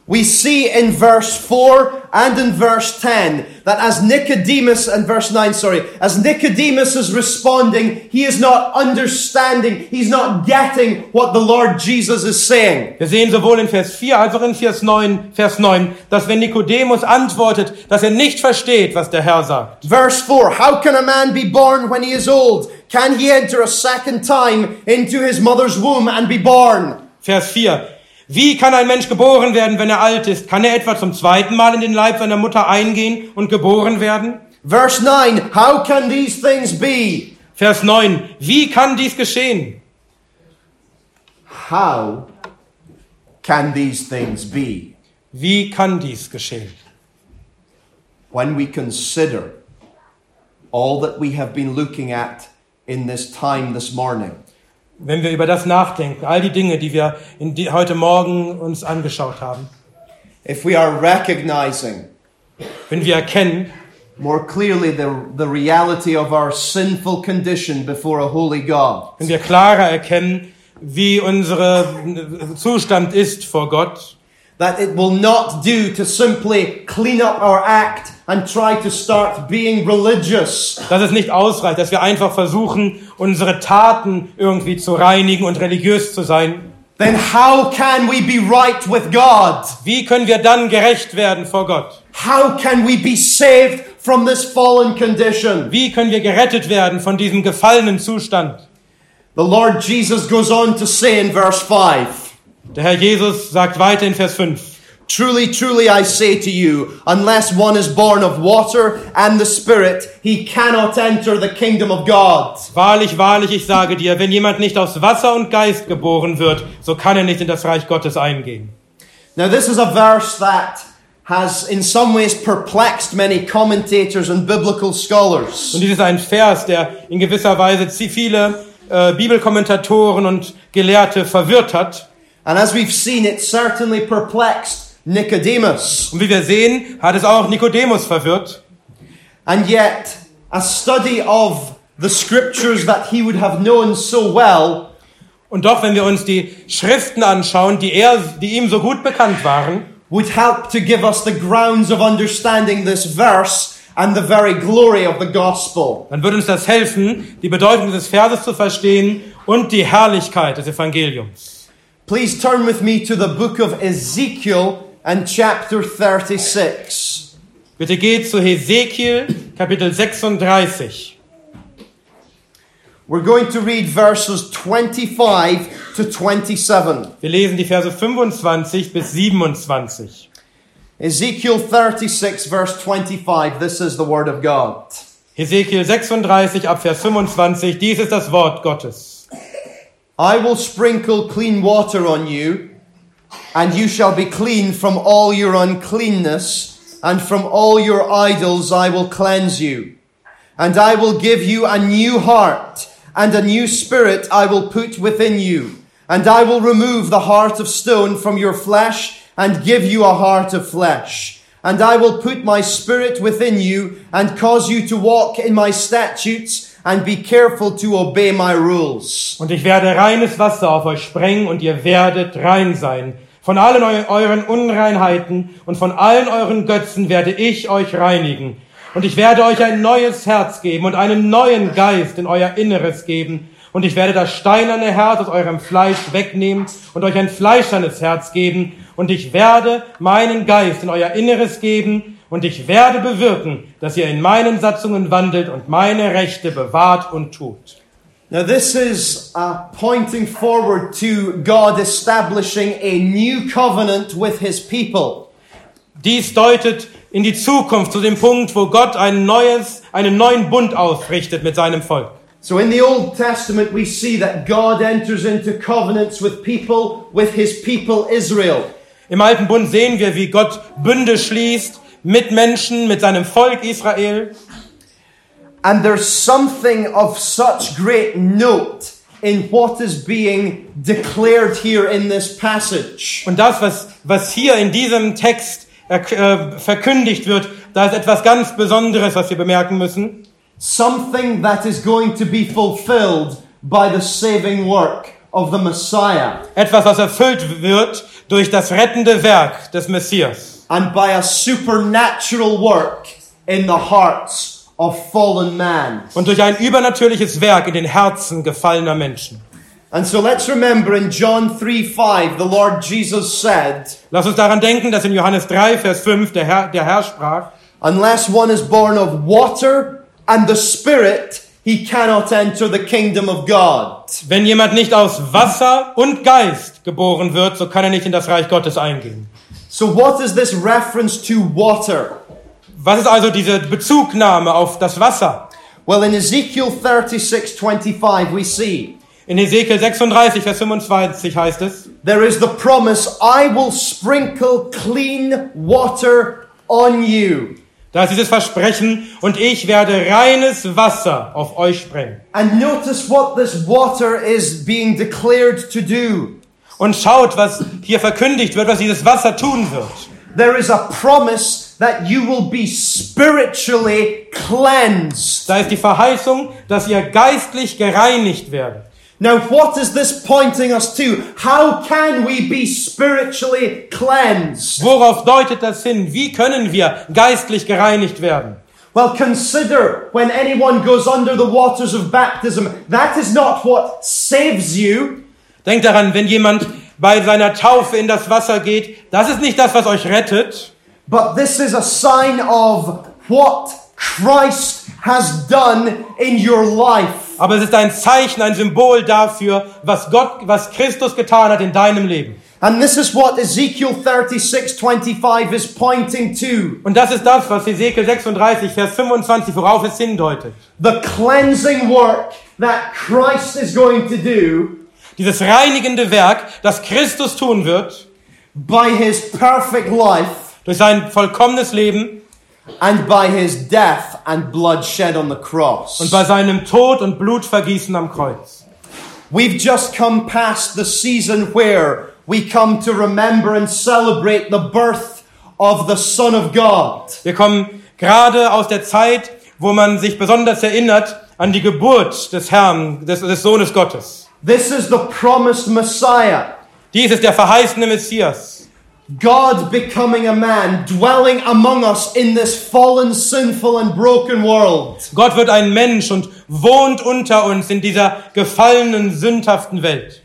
Speaker 1: We see in verse 4 and in verse 10 that as Nicodemus, and verse 9, sorry, as Nicodemus is responding, he is not understanding, he's not getting what the Lord Jesus is saying.
Speaker 2: Wir sehen sowohl in Vers 4 als auch in Vers 9, Vers 9, dass wenn Nikodemus antwortet, dass er nicht versteht, was der Herr sagt.
Speaker 1: Verse 4 How can a man be born when he is old? Can he enter a second time into his mother's womb and be born?
Speaker 2: Vers 4. Wie kann ein Mensch geboren werden, wenn er alt ist? Kann er etwa zum zweiten Mal in den Leib seiner Mutter eingehen und geboren werden?
Speaker 1: Verse 9 How can these things be?
Speaker 2: Vers 9. Wie kann dies geschehen?
Speaker 1: How can these things be?
Speaker 2: Wie kann dies geschehen?
Speaker 1: when we consider all that we have been looking at in this time this morning.
Speaker 2: Wenn wir über das nachdenken, all die Dinge, die wir in die, heute Morgen uns angeschaut haben,
Speaker 1: If we are recognizing
Speaker 2: wenn wir erkennen,
Speaker 1: more clearly the, the reality of our sinful condition before a holy God,
Speaker 2: wenn wir klarer erkennen, wie unser Zustand ist vor Gott,
Speaker 1: that it will not do to simply clean up our act and try to start being religious.
Speaker 2: dass es nicht ausreicht, dass wir einfach versuchen, unsere Taten irgendwie zu reinigen und religiös zu sein.
Speaker 1: Then how can we be right with God?
Speaker 2: Wie können wir dann gerecht werden vor Gott?
Speaker 1: How can we be saved from this fallen condition?
Speaker 2: Wie können wir gerettet werden von diesem gefallenen Zustand?
Speaker 1: The Lord Jesus goes on to say in verse 5.
Speaker 2: Der Herr Jesus sagt weiter in Vers 5.
Speaker 1: Truly, truly, I say to you, unless one is born of water and the Spirit, he cannot enter the kingdom of God.
Speaker 2: Wahrlich, wahrlich, ich sage dir, wenn jemand nicht aus Wasser und Geist geboren wird, so kann er nicht in das Reich Gottes eingehen.
Speaker 1: Now, this is a verse that has, in some ways, perplexed many commentators and biblical
Speaker 2: Und
Speaker 1: scholars.
Speaker 2: dies ist ein Vers, der in gewisser Weise zi- viele äh, Bibelkommentatoren und Gelehrte verwirrt hat.
Speaker 1: And as we've seen, it certainly perplexed Nicodemus.
Speaker 2: Und wie wir sehen, hat es auch Nikodemus verwirrt.
Speaker 1: And yet, a study of the scriptures that he would have known so well
Speaker 2: Und doch, wenn wir uns die Schriften anschauen, die, er, die ihm so gut bekannt waren,
Speaker 1: would help to give us the grounds of understanding this verse and the very glory of the gospel.
Speaker 2: dann würde uns das helfen, die Bedeutung dieses Verses zu verstehen und die Herrlichkeit des Evangeliums.
Speaker 1: Please turn with me to the book of Ezekiel and chapter 36.
Speaker 2: Bitte geht zu Hesekiel, Kapitel 36.
Speaker 1: We're going to read verses 25 to 27.
Speaker 2: Wir lesen die Verse 25 bis 27.
Speaker 1: Ezekiel 36, verse 25. This is the word of God.
Speaker 2: Hesekiel 36 ab Vers 25. Dies ist das Wort Gottes.
Speaker 1: I will sprinkle clean water on you, and you shall be clean from all your uncleanness, and from all your idols I will cleanse you. And I will give you a new heart, and a new spirit I will put within you. And I will remove the heart of stone from your flesh, and give you a heart of flesh. And I will put my spirit within you, and cause you to walk in my statutes, and be careful to obey my rules.
Speaker 2: Und ich werde reines Wasser auf euch sprengen und ihr werdet rein sein. Von allen eu euren Unreinheiten und von allen euren Götzen werde ich euch reinigen. Und ich werde euch ein neues Herz geben und einen neuen Geist in euer Inneres geben. Und ich werde das steinerne Herz aus eurem Fleisch wegnehmen und euch ein fleischernes Herz geben. Und ich werde meinen Geist in euer Inneres geben. Und ich werde bewirken, dass ihr in meinen Satzungen wandelt und meine Rechte bewahrt und tut.
Speaker 1: Now, this is uh, pointing forward to God establishing a new covenant with his people.
Speaker 2: Dies deutet in die Zukunft zu dem Punkt, wo Gott ein neues, einen neuen Bund aufrichtet mit seinem Volk.
Speaker 1: So, in the Old Testament, we see that God enters into covenants with people, with his people Israel.
Speaker 2: Im alten Bund sehen wir, wie Gott Bünde schließt mit Menschen, mit seinem Volk Israel.
Speaker 1: And there's something of such great note in what is being declared here in this passage.
Speaker 2: Und das, was, was hier in diesem Text erk- äh, verkündigt wird, da ist etwas ganz Besonderes, was wir bemerken müssen.
Speaker 1: something that is going to be fulfilled by the saving work of the Messiah
Speaker 2: Etwas, was erfüllt wird durch das rettende Werk des Messias
Speaker 1: and by a supernatural work in the hearts of fallen man.
Speaker 2: und durch ein übernatürliches Werk in den Herzen gefallener Menschen.
Speaker 1: And so let's remember in John 3 5, the Lord Jesus said,
Speaker 2: Lass uns daran denken, dass in Johannes 3, Vers 5 der Herr, der Herr sprach,
Speaker 1: Unless one is born of water and the Spirit, he cannot enter the kingdom of God.
Speaker 2: wenn jemand nicht aus Wasser und Geist geboren wird, so kann er nicht in das Reich Gottes eingehen.
Speaker 1: So, what is this reference to water?
Speaker 2: Was ist also diese Bezugnahme auf das Wasser?
Speaker 1: Well, in Ezekiel thirty-six twenty-five, we see
Speaker 2: In Hesekiel 36, Vers 25 heißt es,
Speaker 1: there is the promise, I will sprinkle clean water on you,
Speaker 2: da ist dieses Versprechen, und ich werde reines Wasser auf euch sprengen.
Speaker 1: And notice what this water is being declared to do.
Speaker 2: Und schaut, was hier verkündigt wird, was dieses Wasser tun wird.
Speaker 1: There is a promise that you will be spiritually cleansed.
Speaker 2: Da ist die Verheißung, dass ihr geistlich gereinigt werdet.
Speaker 1: Now, what is this pointing us to? How can we be spiritually cleansed?
Speaker 2: Worauf deutet das hin? Wie können wir geistlich gereinigt werden?
Speaker 1: Well, consider when anyone goes under the waters of baptism, that is not what saves you.
Speaker 2: Denkt daran, wenn jemand bei seiner Taufe in das Wasser geht, das ist nicht das, was euch rettet,
Speaker 1: But this is a sign of what Christ has done in your life.
Speaker 2: aber es ist ein Zeichen, ein Symbol dafür, was Gott, was Christus getan hat in deinem Leben.
Speaker 1: And this is what Ezekiel 36 25 is pointing to
Speaker 2: Und das ist das, was Hesekiel 36, Vers 25, worauf es hindeutet.
Speaker 1: the cleansing work that Christ is going to do
Speaker 2: Dieses reinigende Werk, das Christus tun wird,
Speaker 1: by his perfect life.
Speaker 2: durch sein vollkommenes Leben
Speaker 1: and by his death and blood shed on the
Speaker 2: und
Speaker 1: cross.
Speaker 2: bei seinem Tod und Blutvergießen am Kreuz.
Speaker 1: We've just come past the season where we come to remember and celebrate the birth of the Son of God.
Speaker 2: Wir kommen gerade aus der Zeit, wo man sich besonders erinnert an die Geburt des Herrn, des, des Sohnes Gottes.
Speaker 1: This is the promised Messiah.
Speaker 2: Dies ist der verheißene Messias.
Speaker 1: God becoming a man, dwelling among us in this fallen, sinful, and broken world.
Speaker 2: Gott wird ein Mensch und wohnt unter uns in dieser gefallenen, sündhaften Welt.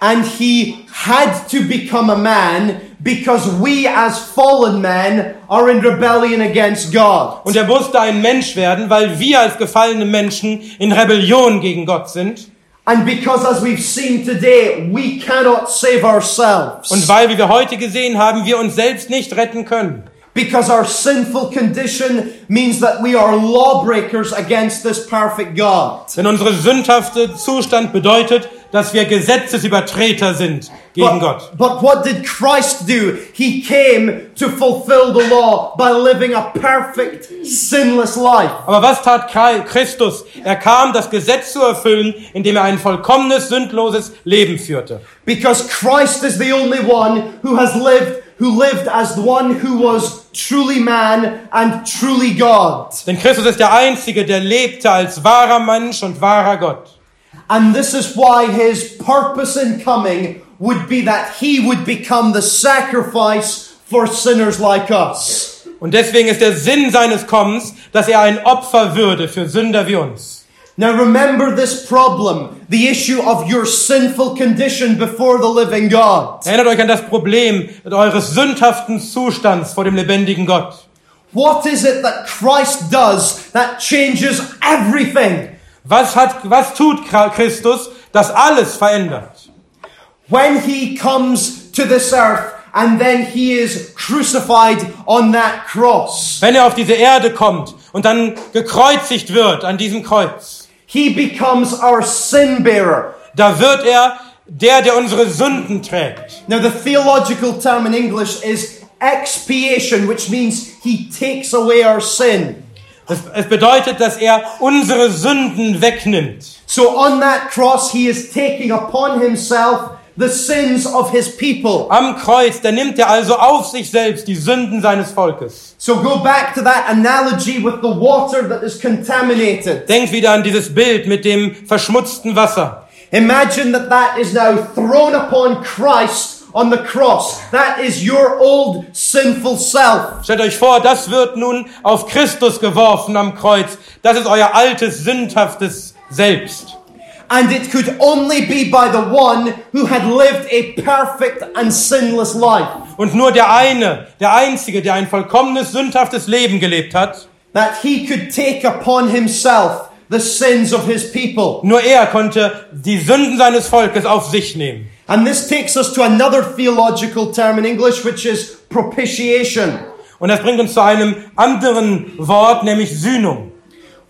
Speaker 1: And he had to become a man because we, as fallen men, are in rebellion against God.
Speaker 2: Und er musste ein Mensch werden, weil wir als gefallene Menschen in Rebellion gegen Gott sind.
Speaker 1: And because, as we've seen today, we cannot save ourselves.
Speaker 2: Und weil, wie wir heute gesehen haben, wir uns selbst nicht retten können.
Speaker 1: because our sinful condition means that we are lawbreakers against this perfect God.
Speaker 2: Denn unsere sündhafte Zustand bedeutet, dass wir Gesetzesübertreter sind gegen Gott.
Speaker 1: But, but what did Christ do? He came to fulfill the law by living a perfect, sinless life.
Speaker 2: Aber was tat Chr- Christus? Er kam, das Gesetz zu erfüllen, indem er ein vollkommenes, sündloses Leben führte.
Speaker 1: Because Christ is the only one who has lived, who lived as the one who was truly man and truly God.
Speaker 2: Denn Christus ist der Einzige, der lebte als wahrer Mensch und wahrer Gott.
Speaker 1: And this is why his purpose in coming would be that he would become the sacrifice for sinners like us.
Speaker 2: Und deswegen ist der Sinn seines Kommens, dass er ein Opfer würde für Sünder wie uns.
Speaker 1: Now remember this problem, the issue of your sinful condition before the living God.
Speaker 2: Erinnert euch an das Problem eures sündhaften Zustands vor dem lebendigen Gott.
Speaker 1: What is it that Christ does that changes everything?
Speaker 2: Was hat, was tut Chra- Christus, das alles verändert?
Speaker 1: When he comes to this earth and then he is crucified on that cross,
Speaker 2: Wenn er auf diese Erde kommt und dann gekreuzigt wird an diesem Kreuz.
Speaker 1: he becomes our sin bearer.
Speaker 2: Da wird er der, der unsere Sünden trägt.
Speaker 1: Now, the theological term in English is expiation, which means he takes away our sin.
Speaker 2: Das, es bedeutet, dass er unsere Sünden wegnimmt.
Speaker 1: So on that cross, he is taking upon himself the sins of his people.
Speaker 2: Am Kreuz, da nimmt er also auf sich selbst die Sünden seines Volkes.
Speaker 1: So go back to that analogy with the water that is contaminated.
Speaker 2: Denkt wieder an dieses Bild mit dem verschmutzten Wasser.
Speaker 1: Imagine that that is now thrown upon Christ on the cross. That is your old sinful self.
Speaker 2: Stellt euch vor, das wird nun auf Christus geworfen am Kreuz. Das ist euer altes, sündhaftes Selbst.
Speaker 1: And it could only be by the one who had lived a perfect and sinless life
Speaker 2: Und nur der eine, der einzige, der ein vollkommenes, sündhaftes Leben gelebt hat,
Speaker 1: that he could take upon himself the sins of his people.
Speaker 2: nur er konnte die Sünden seines Volkes auf sich nehmen.
Speaker 1: And this takes us to another theological term in English, which is propitiation,
Speaker 2: Und das bringt uns zu einem anderen Wort, nämlich Sühnung.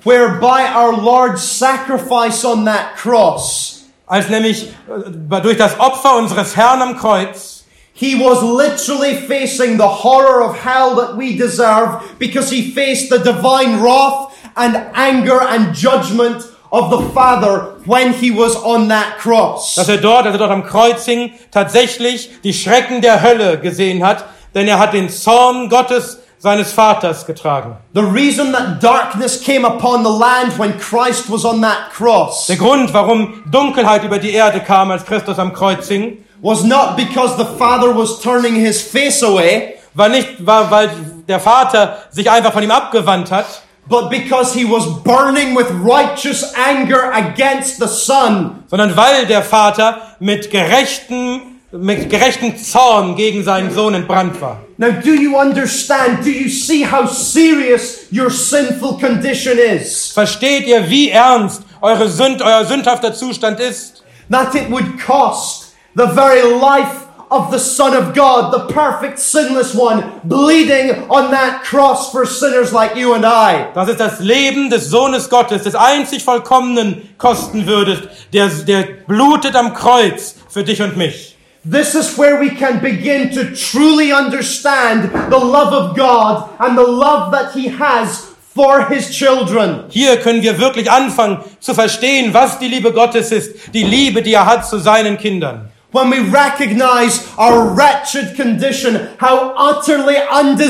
Speaker 1: whereby our Lord's sacrifice on that cross
Speaker 2: Als nämlich äh, durch das Opfer unseres Herrn am Kreuz
Speaker 1: He was literally facing the horror of hell that we deserve because he faced the divine wrath and anger and judgment of the Father when he was on that
Speaker 2: dass
Speaker 1: cross.
Speaker 2: er dort, als er dort am Kreuz hing, tatsächlich die Schrecken der Hölle gesehen hat, denn er hat den Zorn Gottes seines Vaters getragen.
Speaker 1: The reason that darkness came upon the land when Christ was on that cross
Speaker 2: Der Grund, warum Dunkelheit über die Erde kam, als Christus am Kreuz hing,
Speaker 1: was not because the Father was turning his face away,
Speaker 2: war nicht, war, weil der Vater sich einfach von ihm abgewandt hat,
Speaker 1: but because he was burning with righteous anger against the Son.
Speaker 2: sondern weil der Vater mit gerechten, mit gerechten Zorn gegen seinen Sohn entbrannt war.
Speaker 1: Now, do you understand? Do you see how serious your sinful condition is?
Speaker 2: Versteht ihr, wie ernst eure Sünd, euer sündhafter Zustand ist?
Speaker 1: That it would cost the very life of the Son of God, the perfect sinless one, bleeding on that cross for sinners like you and I.
Speaker 2: Dass es das Leben des Sohnes Gottes, des einzig Vollkommenen, kosten würdet, der, der blutet am Kreuz für dich und mich.
Speaker 1: This is where we can begin to truly understand the love of God and the love that He has for His children.
Speaker 2: Hier können wir wirklich anfangen zu verstehen, was die Liebe Gottes ist, die Liebe, die er hat zu seinen Kindern.
Speaker 1: When we recognize our wretched condition, how utterly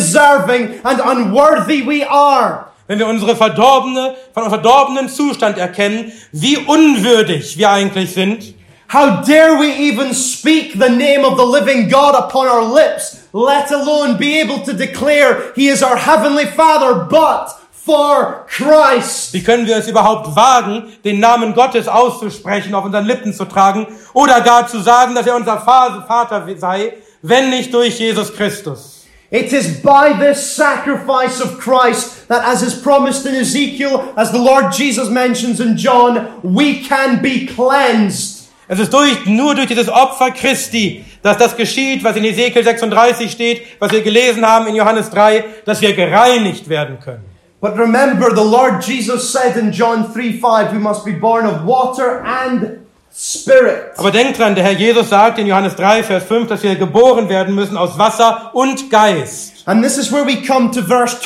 Speaker 1: undeserving and unworthy we are,
Speaker 2: Wenn wir unsere verdorbene, von unserem verdorbenen Zustand erkennen, wie unwürdig wir eigentlich sind,
Speaker 1: how dare we even speak the name of the living God upon our lips, let alone be able to declare He is our Heavenly Father, but for Christ.
Speaker 2: wie können wir es überhaupt wagen, den Namen Gottes auszusprechen, auf unseren Lippen zu tragen oder gar zu sagen, dass er unser Fa- Vater sei, wenn nicht durch Jesus Christus.
Speaker 1: It is by this sacrifice of Christ that, as is promised in Ezekiel, as the Lord Jesus mentions in John, we can be cleansed.
Speaker 2: Es ist durch, nur durch dieses Opfer Christi, dass das geschieht, was in Ezekiel 36 steht, was wir gelesen haben in Johannes 3, dass wir gereinigt werden können.
Speaker 1: But remember, the Lord Jesus said in John 3 5, we must be born of water and spirit.
Speaker 2: Aber denkt dran, der Herr Jesus sagt in Johannes 3, Vers 5, dass wir geboren werden müssen aus Wasser und Geist.
Speaker 1: And this is where we come to verse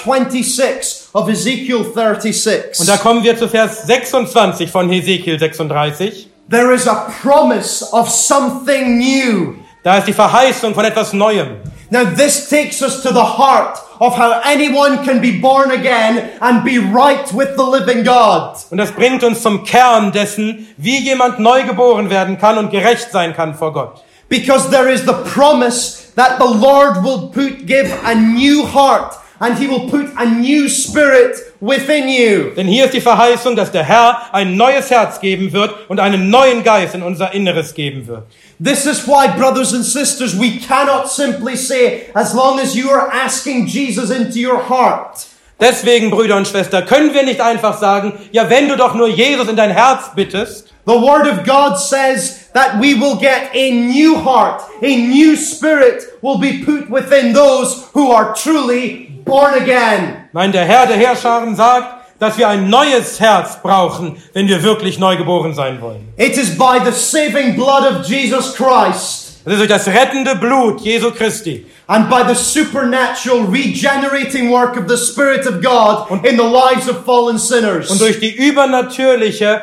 Speaker 1: 26 of Ezekiel 36.
Speaker 2: Und da kommen wir zu Vers 26 von Hesekiel 36.
Speaker 1: There is a promise of something new.
Speaker 2: Da ist die Verheißung von etwas Neuem.
Speaker 1: Now, this takes us to the heart of how anyone can be born again and be right with the living God.
Speaker 2: Und das bringt uns zum Kern dessen, wie jemand neu geboren werden kann und gerecht sein kann vor Gott.
Speaker 1: Because there is the promise that the Lord will put, give a new heart and he will put a new spirit within you.
Speaker 2: Denn hier ist die Verheißung, dass der Herr ein neues Herz geben wird und einen neuen Geist in unser Inneres geben wird.
Speaker 1: This is why, brothers and sisters, we cannot simply say, as long as you are asking Jesus into your heart,
Speaker 2: Deswegen, Brüder und Schwestern, können wir nicht einfach sagen, ja, wenn du doch nur Jesus in dein Herz bittest,
Speaker 1: the Word of God says that we will get a new heart, a new spirit will be put within those who are truly born again.
Speaker 2: Nein, der Herr der Herrscharen sagt, dass wir ein neues Herz brauchen, wenn wir wirklich neu geboren sein wollen.
Speaker 1: It is by the saving blood of Jesus Christ
Speaker 2: Das ist durch das rettende Blut Jesu Christi
Speaker 1: and by the supernatural regenerating work of the Spirit of God in the lives of fallen sinners.
Speaker 2: und durch die übernatürliche,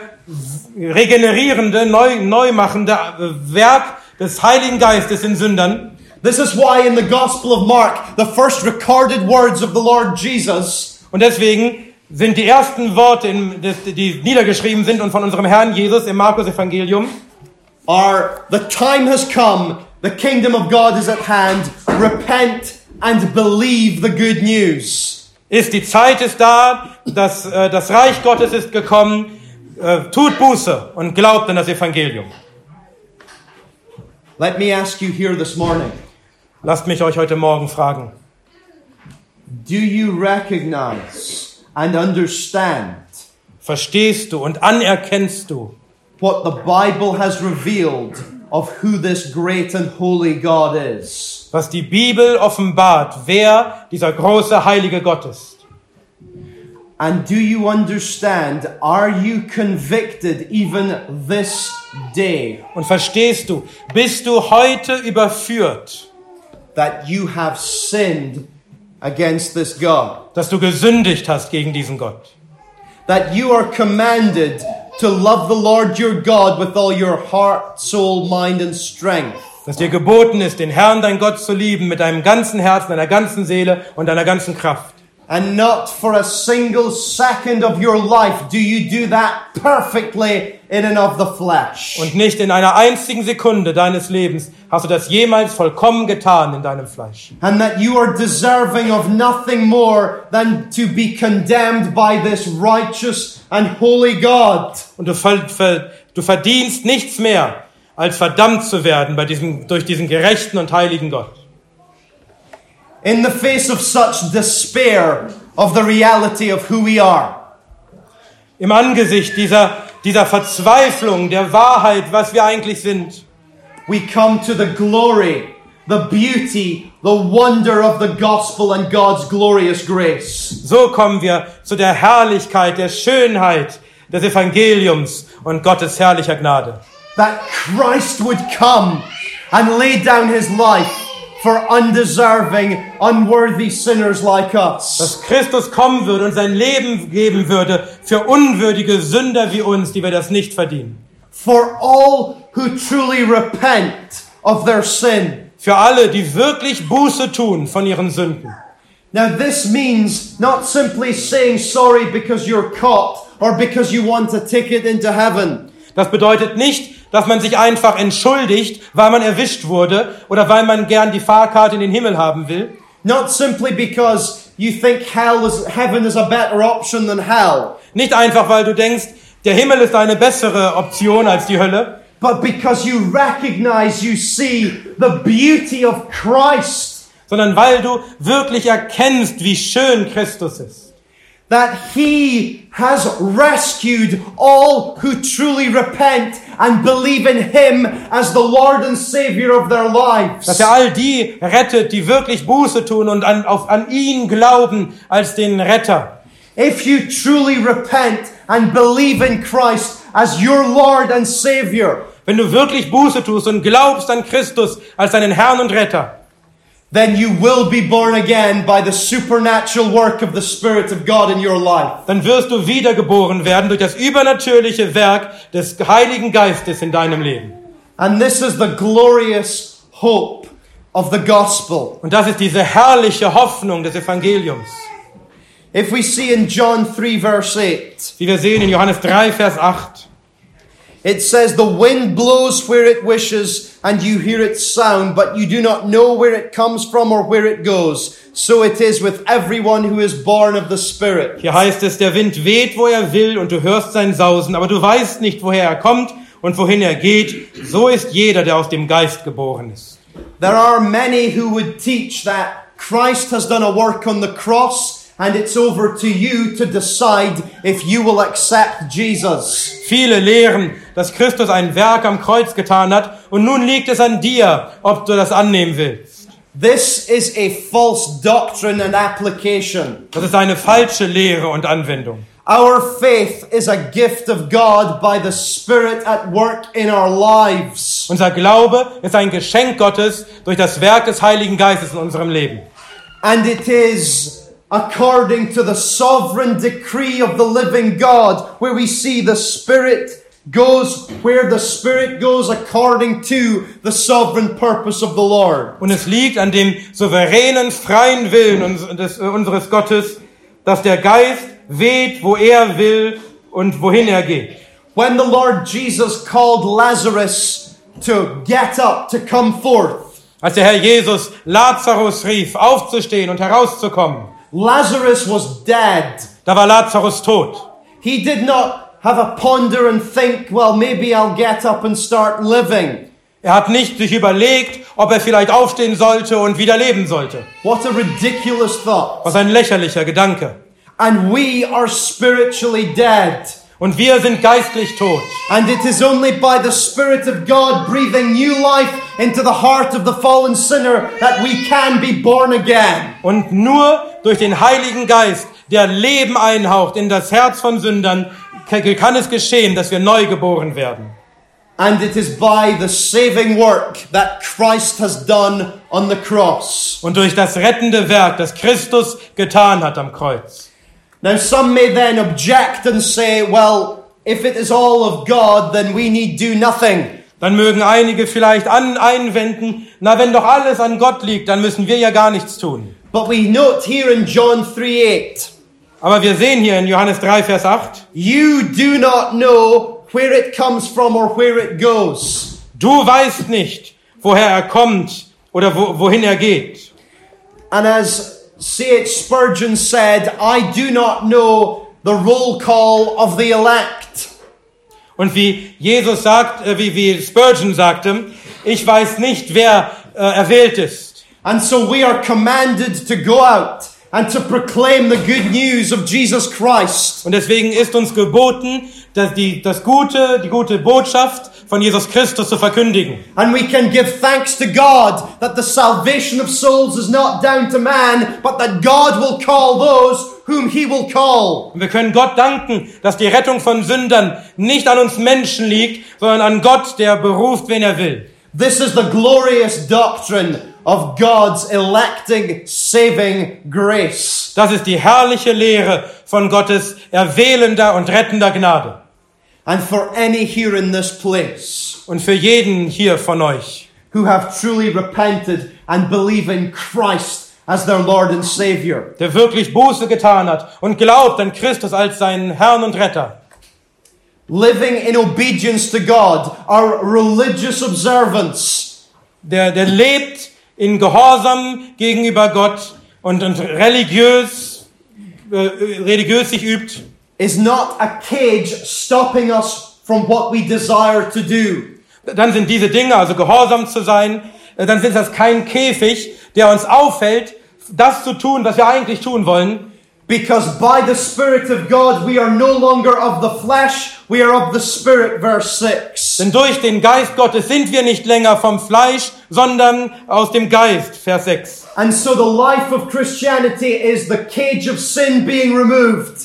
Speaker 2: regenerierende, neu, neumachende äh, Werk des Heiligen Geistes in Sündern.
Speaker 1: This is why in the Gospel of Mark, the first recorded words of the Lord Jesus
Speaker 2: Und deswegen sind die ersten Worte, in, des- die niedergeschrieben sind und von unserem Herrn Jesus im Markus-Evangelium,
Speaker 1: are the time has come, the kingdom of God is at hand, repent and believe the good news.
Speaker 2: ist die Zeit ist da, das, äh, das Reich Gottes ist gekommen, äh, tut Buße und glaubt an das Evangelium.
Speaker 1: Let me ask you here this morning
Speaker 2: Lasst mich euch heute Morgen fragen,
Speaker 1: do you recognize and understand
Speaker 2: verstehst du und anerkennst du,
Speaker 1: what the Bible has revealed of who this great and holy God is?
Speaker 2: was die Bibel offenbart, wer dieser große heilige Gott ist?
Speaker 1: And do you understand? Are you convicted even this day
Speaker 2: Und verstehst du, bist du heute überführt,
Speaker 1: that you have sinned against this God?
Speaker 2: dass du gesündigt hast gegen diesen Gott?
Speaker 1: That you are commanded to love the Lord your God with all your heart, soul, mind, and strength?
Speaker 2: Dass dir geboten ist, den Herrn, dein Gott, zu lieben mit deinem ganzen Herzen, deiner ganzen Seele und deiner ganzen Kraft.
Speaker 1: And not for a single second of your life do you do that perfectly in and of the flesh.
Speaker 2: Und nicht in einer einzigen Sekunde deines Lebens hast du das jemals vollkommen getan in deinem Fleisch.
Speaker 1: and that you are deserving of nothing more than to be condemned by this righteous and holy God.
Speaker 2: Und du, ver ver du verdienst nichts mehr, als verdammt zu werden bei diesem, durch diesen gerechten und heiligen Gott.
Speaker 1: In the face of such despair of the reality of who we are,
Speaker 2: Im Angesicht dieser, dieser Verzweiflung, der Wahrheit, was wir eigentlich sind,
Speaker 1: we come to the glory, the beauty, the wonder of the gospel and God's glorious grace.
Speaker 2: so kommen wir zu der Herrlichkeit, der Schönheit des Evangeliums und Gottes herrlicher Gnade.
Speaker 1: That Christ would come and lay down his life for undeserving, unworthy sinners like us.
Speaker 2: Dass Christus kommen würde und sein Leben geben würde für unwürdige Sünder wie uns, die wir das nicht verdienen.
Speaker 1: for all who truly repent of their sin.
Speaker 2: Für alle, die wirklich Buße tun von ihren Sünden.
Speaker 1: Now, this means not simply saying sorry because you're caught or because you want a ticket into heaven.
Speaker 2: Das bedeutet nicht, dass man sich einfach entschuldigt, weil man erwischt wurde oder weil man gern die Fahrkarte in den Himmel haben will.
Speaker 1: Not simply because you think hell is, heaven is a better option than hell,
Speaker 2: Nicht einfach, weil du denkst, der Himmel ist eine bessere Option als die Hölle,
Speaker 1: but because you recognize, you see the beauty of Christ,
Speaker 2: sondern weil du wirklich erkennst, wie schön Christus ist.
Speaker 1: that He has rescued all who truly repent and believe in Him as the Lord and Savior of their lives.
Speaker 2: Dass er all die rettet, die wirklich Buße tun und an, auf, an ihn glauben als den Retter.
Speaker 1: If you truly repent and believe in Christ as your Lord and Savior,
Speaker 2: Wenn du wirklich Buße tust und glaubst an Christus als deinen Herrn und Retter,
Speaker 1: then you will be born again by the supernatural work of the Spirit of God in your life.
Speaker 2: dann wirst du wiedergeboren werden durch das übernatürliche Werk des Heiligen Geistes in deinem Leben.
Speaker 1: And this is the glorious hope of the gospel.
Speaker 2: Und das ist diese herrliche Hoffnung des Evangeliums.
Speaker 1: If we see in John 3, verse 8,
Speaker 2: Wie wir sehen in Johannes 3, Vers 8.
Speaker 1: it says, The wind blows where it wishes, and you hear its sound, but you do not know where it comes from or where it goes. So it is with everyone who is born of the Spirit.
Speaker 2: Hier heißt es, der Wind weht, wo er will, und du hörst sein Sausen, aber du weißt nicht, woher er kommt und wohin er geht. So ist jeder, der aus dem Geist geboren ist.
Speaker 1: There are many who would teach that Christ has done a work on the cross and it's over to you to decide if you will accept Jesus.
Speaker 2: Viele lehren, dass Christus ein Werk am Kreuz getan hat, und nun liegt es an dir, ob du das annehmen willst.
Speaker 1: This is a false doctrine and application.
Speaker 2: Das ist eine falsche Lehre und Anwendung.
Speaker 1: Our faith is a gift of God by the Spirit at work in our lives.
Speaker 2: Unser Glaube ist ein Geschenk Gottes durch das Werk des Heiligen Geistes in unserem Leben.
Speaker 1: And it is according to the sovereign decree of the living God where we see the Spirit goes where the Spirit goes according to the sovereign purpose of the Lord.
Speaker 2: Und es liegt an dem souveränen, freien Willen uns, des, äh, unseres Gottes, dass der Geist weht, wo er will und wohin er geht.
Speaker 1: When the Lord Jesus called Lazarus to get up, to come forth,
Speaker 2: Als der Herr Jesus Lazarus rief, aufzustehen und herauszukommen,
Speaker 1: Lazarus was dead.
Speaker 2: da war Lazarus tot.
Speaker 1: He did not have a ponder and think, well, maybe I'll get up and start living.
Speaker 2: Er hat nicht sich überlegt, ob er vielleicht aufstehen sollte und wieder leben sollte.
Speaker 1: What a ridiculous thought.
Speaker 2: Was ein lächerlicher Gedanke.
Speaker 1: And we are spiritually dead.
Speaker 2: Und wir sind geistlich tot.
Speaker 1: And it is only by the Spirit of God breathing new life into the heart of the fallen sinner that we can be born again.
Speaker 2: Und nur durch den Heiligen Geist, der Leben einhaucht in das Herz von Sündern, kann es geschehen, dass wir neu geboren werden.
Speaker 1: And it is by the saving work that Christ has done on the cross.
Speaker 2: Und durch das rettende Werk, das Christus getan hat am Kreuz.
Speaker 1: Now, some may then object and say, well, if it is all of God, then we need do nothing.
Speaker 2: Dann mögen einige vielleicht an, einwenden, na wenn doch alles an Gott liegt, dann müssen wir ja gar nichts tun.
Speaker 1: But we note here in John 3 8,
Speaker 2: Aber wir sehen hier in Johannes 3, Vers 8,
Speaker 1: you do not know where it comes from or where it goes.
Speaker 2: du weißt nicht, woher er kommt oder wo, wohin er geht.
Speaker 1: And as C.H. Spurgeon said, I do not know the roll call of the elect.
Speaker 2: Und wie Jesus sagt, äh, wie, wie Spurgeon sagte, ich weiß nicht, wer äh, erwählt ist.
Speaker 1: And so we are commanded to go out and to proclaim the good news of Jesus Christ.
Speaker 2: Und deswegen ist uns geboten, dass die, das Gute, die gute Botschaft von Jesus Christus zu verkündigen.
Speaker 1: And we can give thanks to God that the salvation of souls is not down to man, but that God will call those whom he will call.
Speaker 2: Und wir können Gott danken, dass die Rettung von Sündern nicht an uns Menschen liegt, sondern an Gott, der beruft, wen er will.
Speaker 1: This is the glorious doctrine of God's electing, saving grace.
Speaker 2: Das ist die herrliche Lehre von Gottes erwählender und rettender Gnade.
Speaker 1: and for any here in this place
Speaker 2: Und für jeden hier von euch,
Speaker 1: who have truly repented and believe in Christ as their Lord and Savior.
Speaker 2: der wirklich Buße getan hat und glaubt an Christus als seinen Herrn und Retter.
Speaker 1: Living in obedience to God, our religious observance
Speaker 2: Der, der lebt in Gehorsam gegenüber Gott und, und religiös, äh, religiös sich übt.
Speaker 1: is not a cage stopping us from what we desire to do.
Speaker 2: dann sind diese Dinge, also gehorsam zu sein, äh, dann sind das kein Käfig, der uns auffällt, das zu tun, was wir eigentlich tun wollen,
Speaker 1: Because by the Spirit of God, we are no longer of the flesh, we are of the Spirit, verse 6.
Speaker 2: denn durch den Geist Gottes sind wir nicht länger vom Fleisch, sondern aus dem Geist, Vers 6.
Speaker 1: And so the life of Christianity is the cage of sin being removed.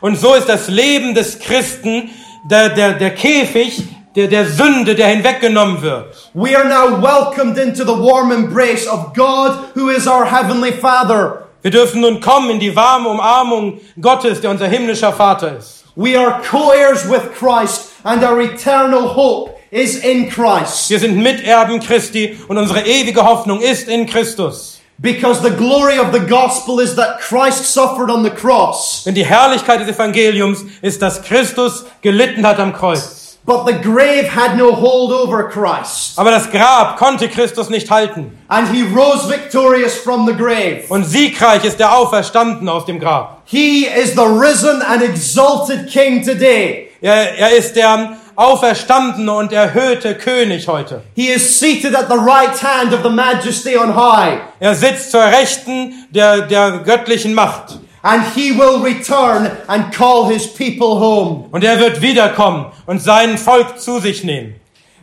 Speaker 2: Und so ist das Leben des Christen der, der, der Käfig, der, der Sünde, der hinweggenommen wird.
Speaker 1: We are now welcomed into the warm embrace of God, who is our Heavenly Father.
Speaker 2: Wir dürfen nun kommen in die warme Umarmung Gottes, der unser himmlischer Vater ist.
Speaker 1: We are co heirs with Christ, and our eternal hope is in Christ.
Speaker 2: Wir sind Miterben Christi und unsere ewige Hoffnung ist in Christus.
Speaker 1: Because the glory of the gospel is that Christ suffered on the cross,
Speaker 2: Denn die Herrlichkeit des Evangeliums ist, dass Christus gelitten hat am Kreuz.
Speaker 1: but the grave had no hold over Christ,
Speaker 2: Aber das Grab konnte Christus nicht halten.
Speaker 1: and he rose victorious from the grave.
Speaker 2: Und siegreich ist er auferstanden aus dem Grab.
Speaker 1: He is the risen and exalted King today.
Speaker 2: Er, er ist der auferstandene und erhöhte König heute.
Speaker 1: He is seated at the right hand of the majesty on high.
Speaker 2: Er sitzt zur Rechten der, der göttlichen Macht.
Speaker 1: And he will return and call his people home
Speaker 2: Und er wird wiederkommen und sein Volk zu sich nehmen.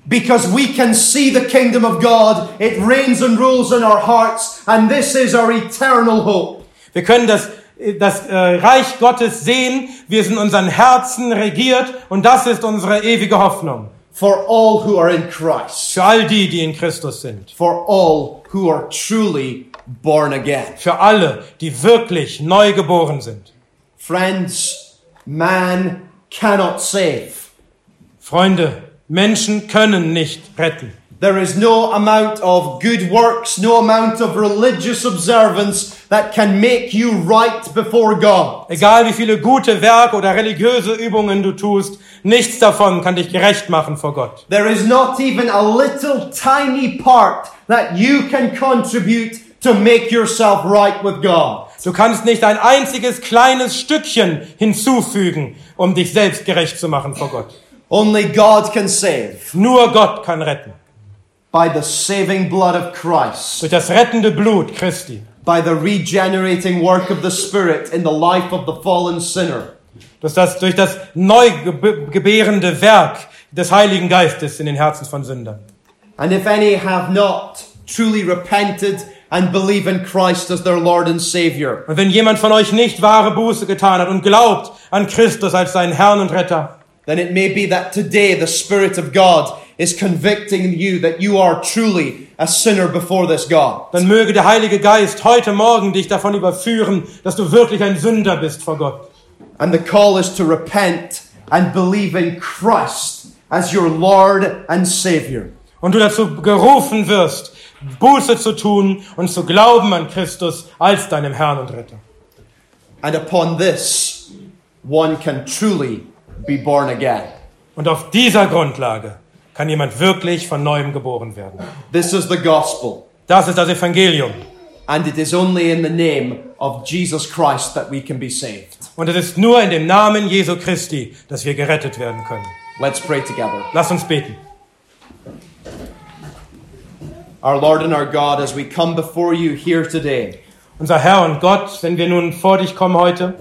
Speaker 1: because we can see the kingdom of God. It reigns and rules in our hearts, and this is our eternal hope.
Speaker 2: Wir können das, das äh, Reich Gottes sehen, wie es in unseren Herzen regiert. Und das ist unsere ewige Hoffnung.
Speaker 1: For all who are in Christ,
Speaker 2: Für all die, die in Christus sind.
Speaker 1: for all who are truly born again.
Speaker 2: für alle, die wirklich neu geboren sind.
Speaker 1: Friends, man cannot save.
Speaker 2: Freunde, Menschen können nicht retten.
Speaker 1: There is no amount of good works, no amount of religious observance that can make you right before God.
Speaker 2: Egal wie viele gute Werke oder religiöse Übungen du tust, nichts davon kann dich gerecht machen vor Gott.
Speaker 1: There is not even a little tiny part that you can contribute to make yourself right with God.
Speaker 2: Du kannst nicht ein einziges kleines Stückchen hinzufügen, um dich selbst gerecht zu machen vor Gott.
Speaker 1: Only God can save
Speaker 2: Nur Gott kann retten.
Speaker 1: by the saving blood of Christ,
Speaker 2: Durch das rettende Blut Christi,
Speaker 1: by the regenerating work of the Spirit in the life of the fallen sinner.
Speaker 2: durch das, durch das neu geb- gebärende Werk des Heiligen Geistes in den Herzen von Sündern.
Speaker 1: And if any have not truly repented and believe in Christ as their Lord and Savior,
Speaker 2: Und wenn jemand von euch nicht wahre Buße getan hat und glaubt an Christus als seinen Herrn und Retter,
Speaker 1: then it may be that today the Spirit of God is convicting you that you are truly a sinner before this God.
Speaker 2: dann möge der Heilige Geist heute Morgen dich davon überführen, dass du wirklich ein Sünder bist vor Gott.
Speaker 1: And the call is to repent and believe in Christ as your Lord and Savior.
Speaker 2: Und du dazu gerufen wirst, Buße zu tun und zu glauben an Christus als deinem Herrn und Retter.
Speaker 1: And upon this, one can truly be born again.
Speaker 2: Und auf dieser Grundlage kann jemand wirklich von neuem geboren werden.
Speaker 1: This is the gospel,
Speaker 2: Das ist das Evangelium.
Speaker 1: and it is only in the name of Jesus Christ that we can be saved.
Speaker 2: Und es ist nur in dem Namen Jesu Christi, dass wir gerettet werden können.
Speaker 1: Let's pray together.
Speaker 2: Lass uns beten.
Speaker 1: Our Lord and our God, as we come before you here today,
Speaker 2: Unser Herr und Gott, wenn wir nun vor dich kommen heute,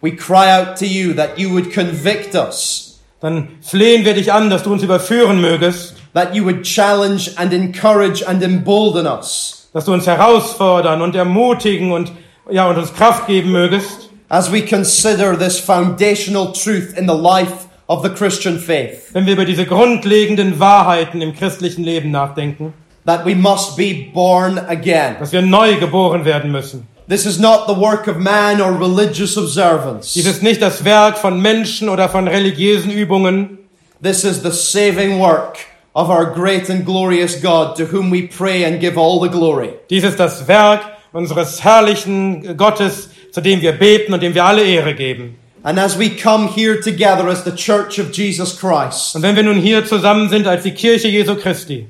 Speaker 1: we cry out to you that you would convict us,
Speaker 2: dann flehen wir dich an, dass du uns überführen mögest,
Speaker 1: that you would challenge and encourage and embolden us
Speaker 2: dass du uns herausfordern und ermutigen und, ja, und uns Kraft geben mögest,
Speaker 1: as we consider this foundational truth in the life of the Christian faith
Speaker 2: wenn wir über diese grundlegenden Wahrheiten im christlichen Leben nachdenken,
Speaker 1: that we must be born again.
Speaker 2: dass wir neu geboren werden müssen.
Speaker 1: This is not the work of man or religious observance.
Speaker 2: Dies ist nicht das Werk von Menschen oder von religiösen Übungen,
Speaker 1: This is the saving work of our great and glorious God, to whom we pray and give all the glory.
Speaker 2: Dies ist das Werk unseres herrlichen Gottes, zu dem wir beten und dem wir alle Ehre geben.
Speaker 1: And as we come here together as the Church of Jesus Christ,
Speaker 2: Und wenn wir nun hier zusammen sind als die Kirche Jesu Christi,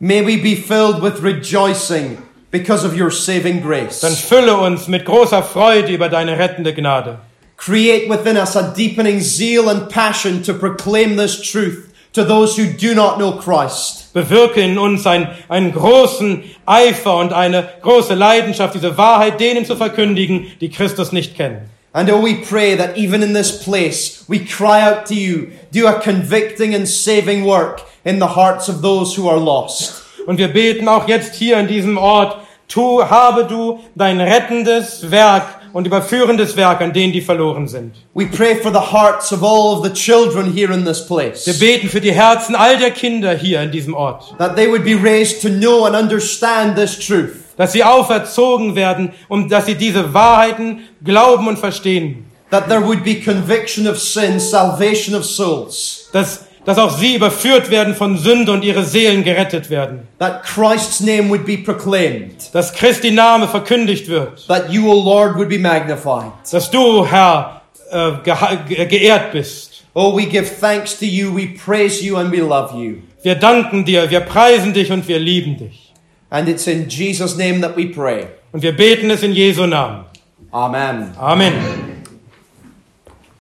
Speaker 1: may we be filled with rejoicing because of your saving
Speaker 2: dann
Speaker 1: grace.
Speaker 2: fülle uns mit großer Freude über deine rettende Gnade.
Speaker 1: Create within us a deepening zeal and passion to proclaim this truth to those who do not know Christ,
Speaker 2: Bewirke in uns ein, einen großen Eifer und eine große Leidenschaft, diese Wahrheit denen zu verkündigen, die Christus nicht kennen.
Speaker 1: And oh, we pray that even in this place, we cry out to you, do a convicting and saving work in the hearts of those who are lost.
Speaker 2: Und wir beten auch jetzt hier in diesem Ort, tu, habe du dein rettendes Werk und überführendes Werk an denen, die verloren sind.
Speaker 1: We pray for the hearts of all of the children here in this
Speaker 2: Wir
Speaker 1: place.
Speaker 2: beten für die Herzen all der Kinder hier in diesem Ort,
Speaker 1: That they would be raised to know and understand this truth.
Speaker 2: dass sie auferzogen werden, um dass sie diese Wahrheiten glauben und verstehen,
Speaker 1: That there would be conviction of sin, salvation of souls.
Speaker 2: dass, dass auch sie überführt werden von Sünde und ihre Seelen gerettet werden,
Speaker 1: That Christ's name would be proclaimed.
Speaker 2: dass Christi Name verkündigt wird,
Speaker 1: That you, O Lord, would be magnified.
Speaker 2: dass du, Herr, äh, geha- ge geehrt bist.
Speaker 1: Oh, we give thanks to you, we praise you, and we love you.
Speaker 2: Wir danken dir, wir preisen dich und wir lieben dich.
Speaker 1: And it's in Jesus' name that we pray.
Speaker 2: Und wir beten es in Jesu Namen.
Speaker 1: Amen.
Speaker 2: Amen.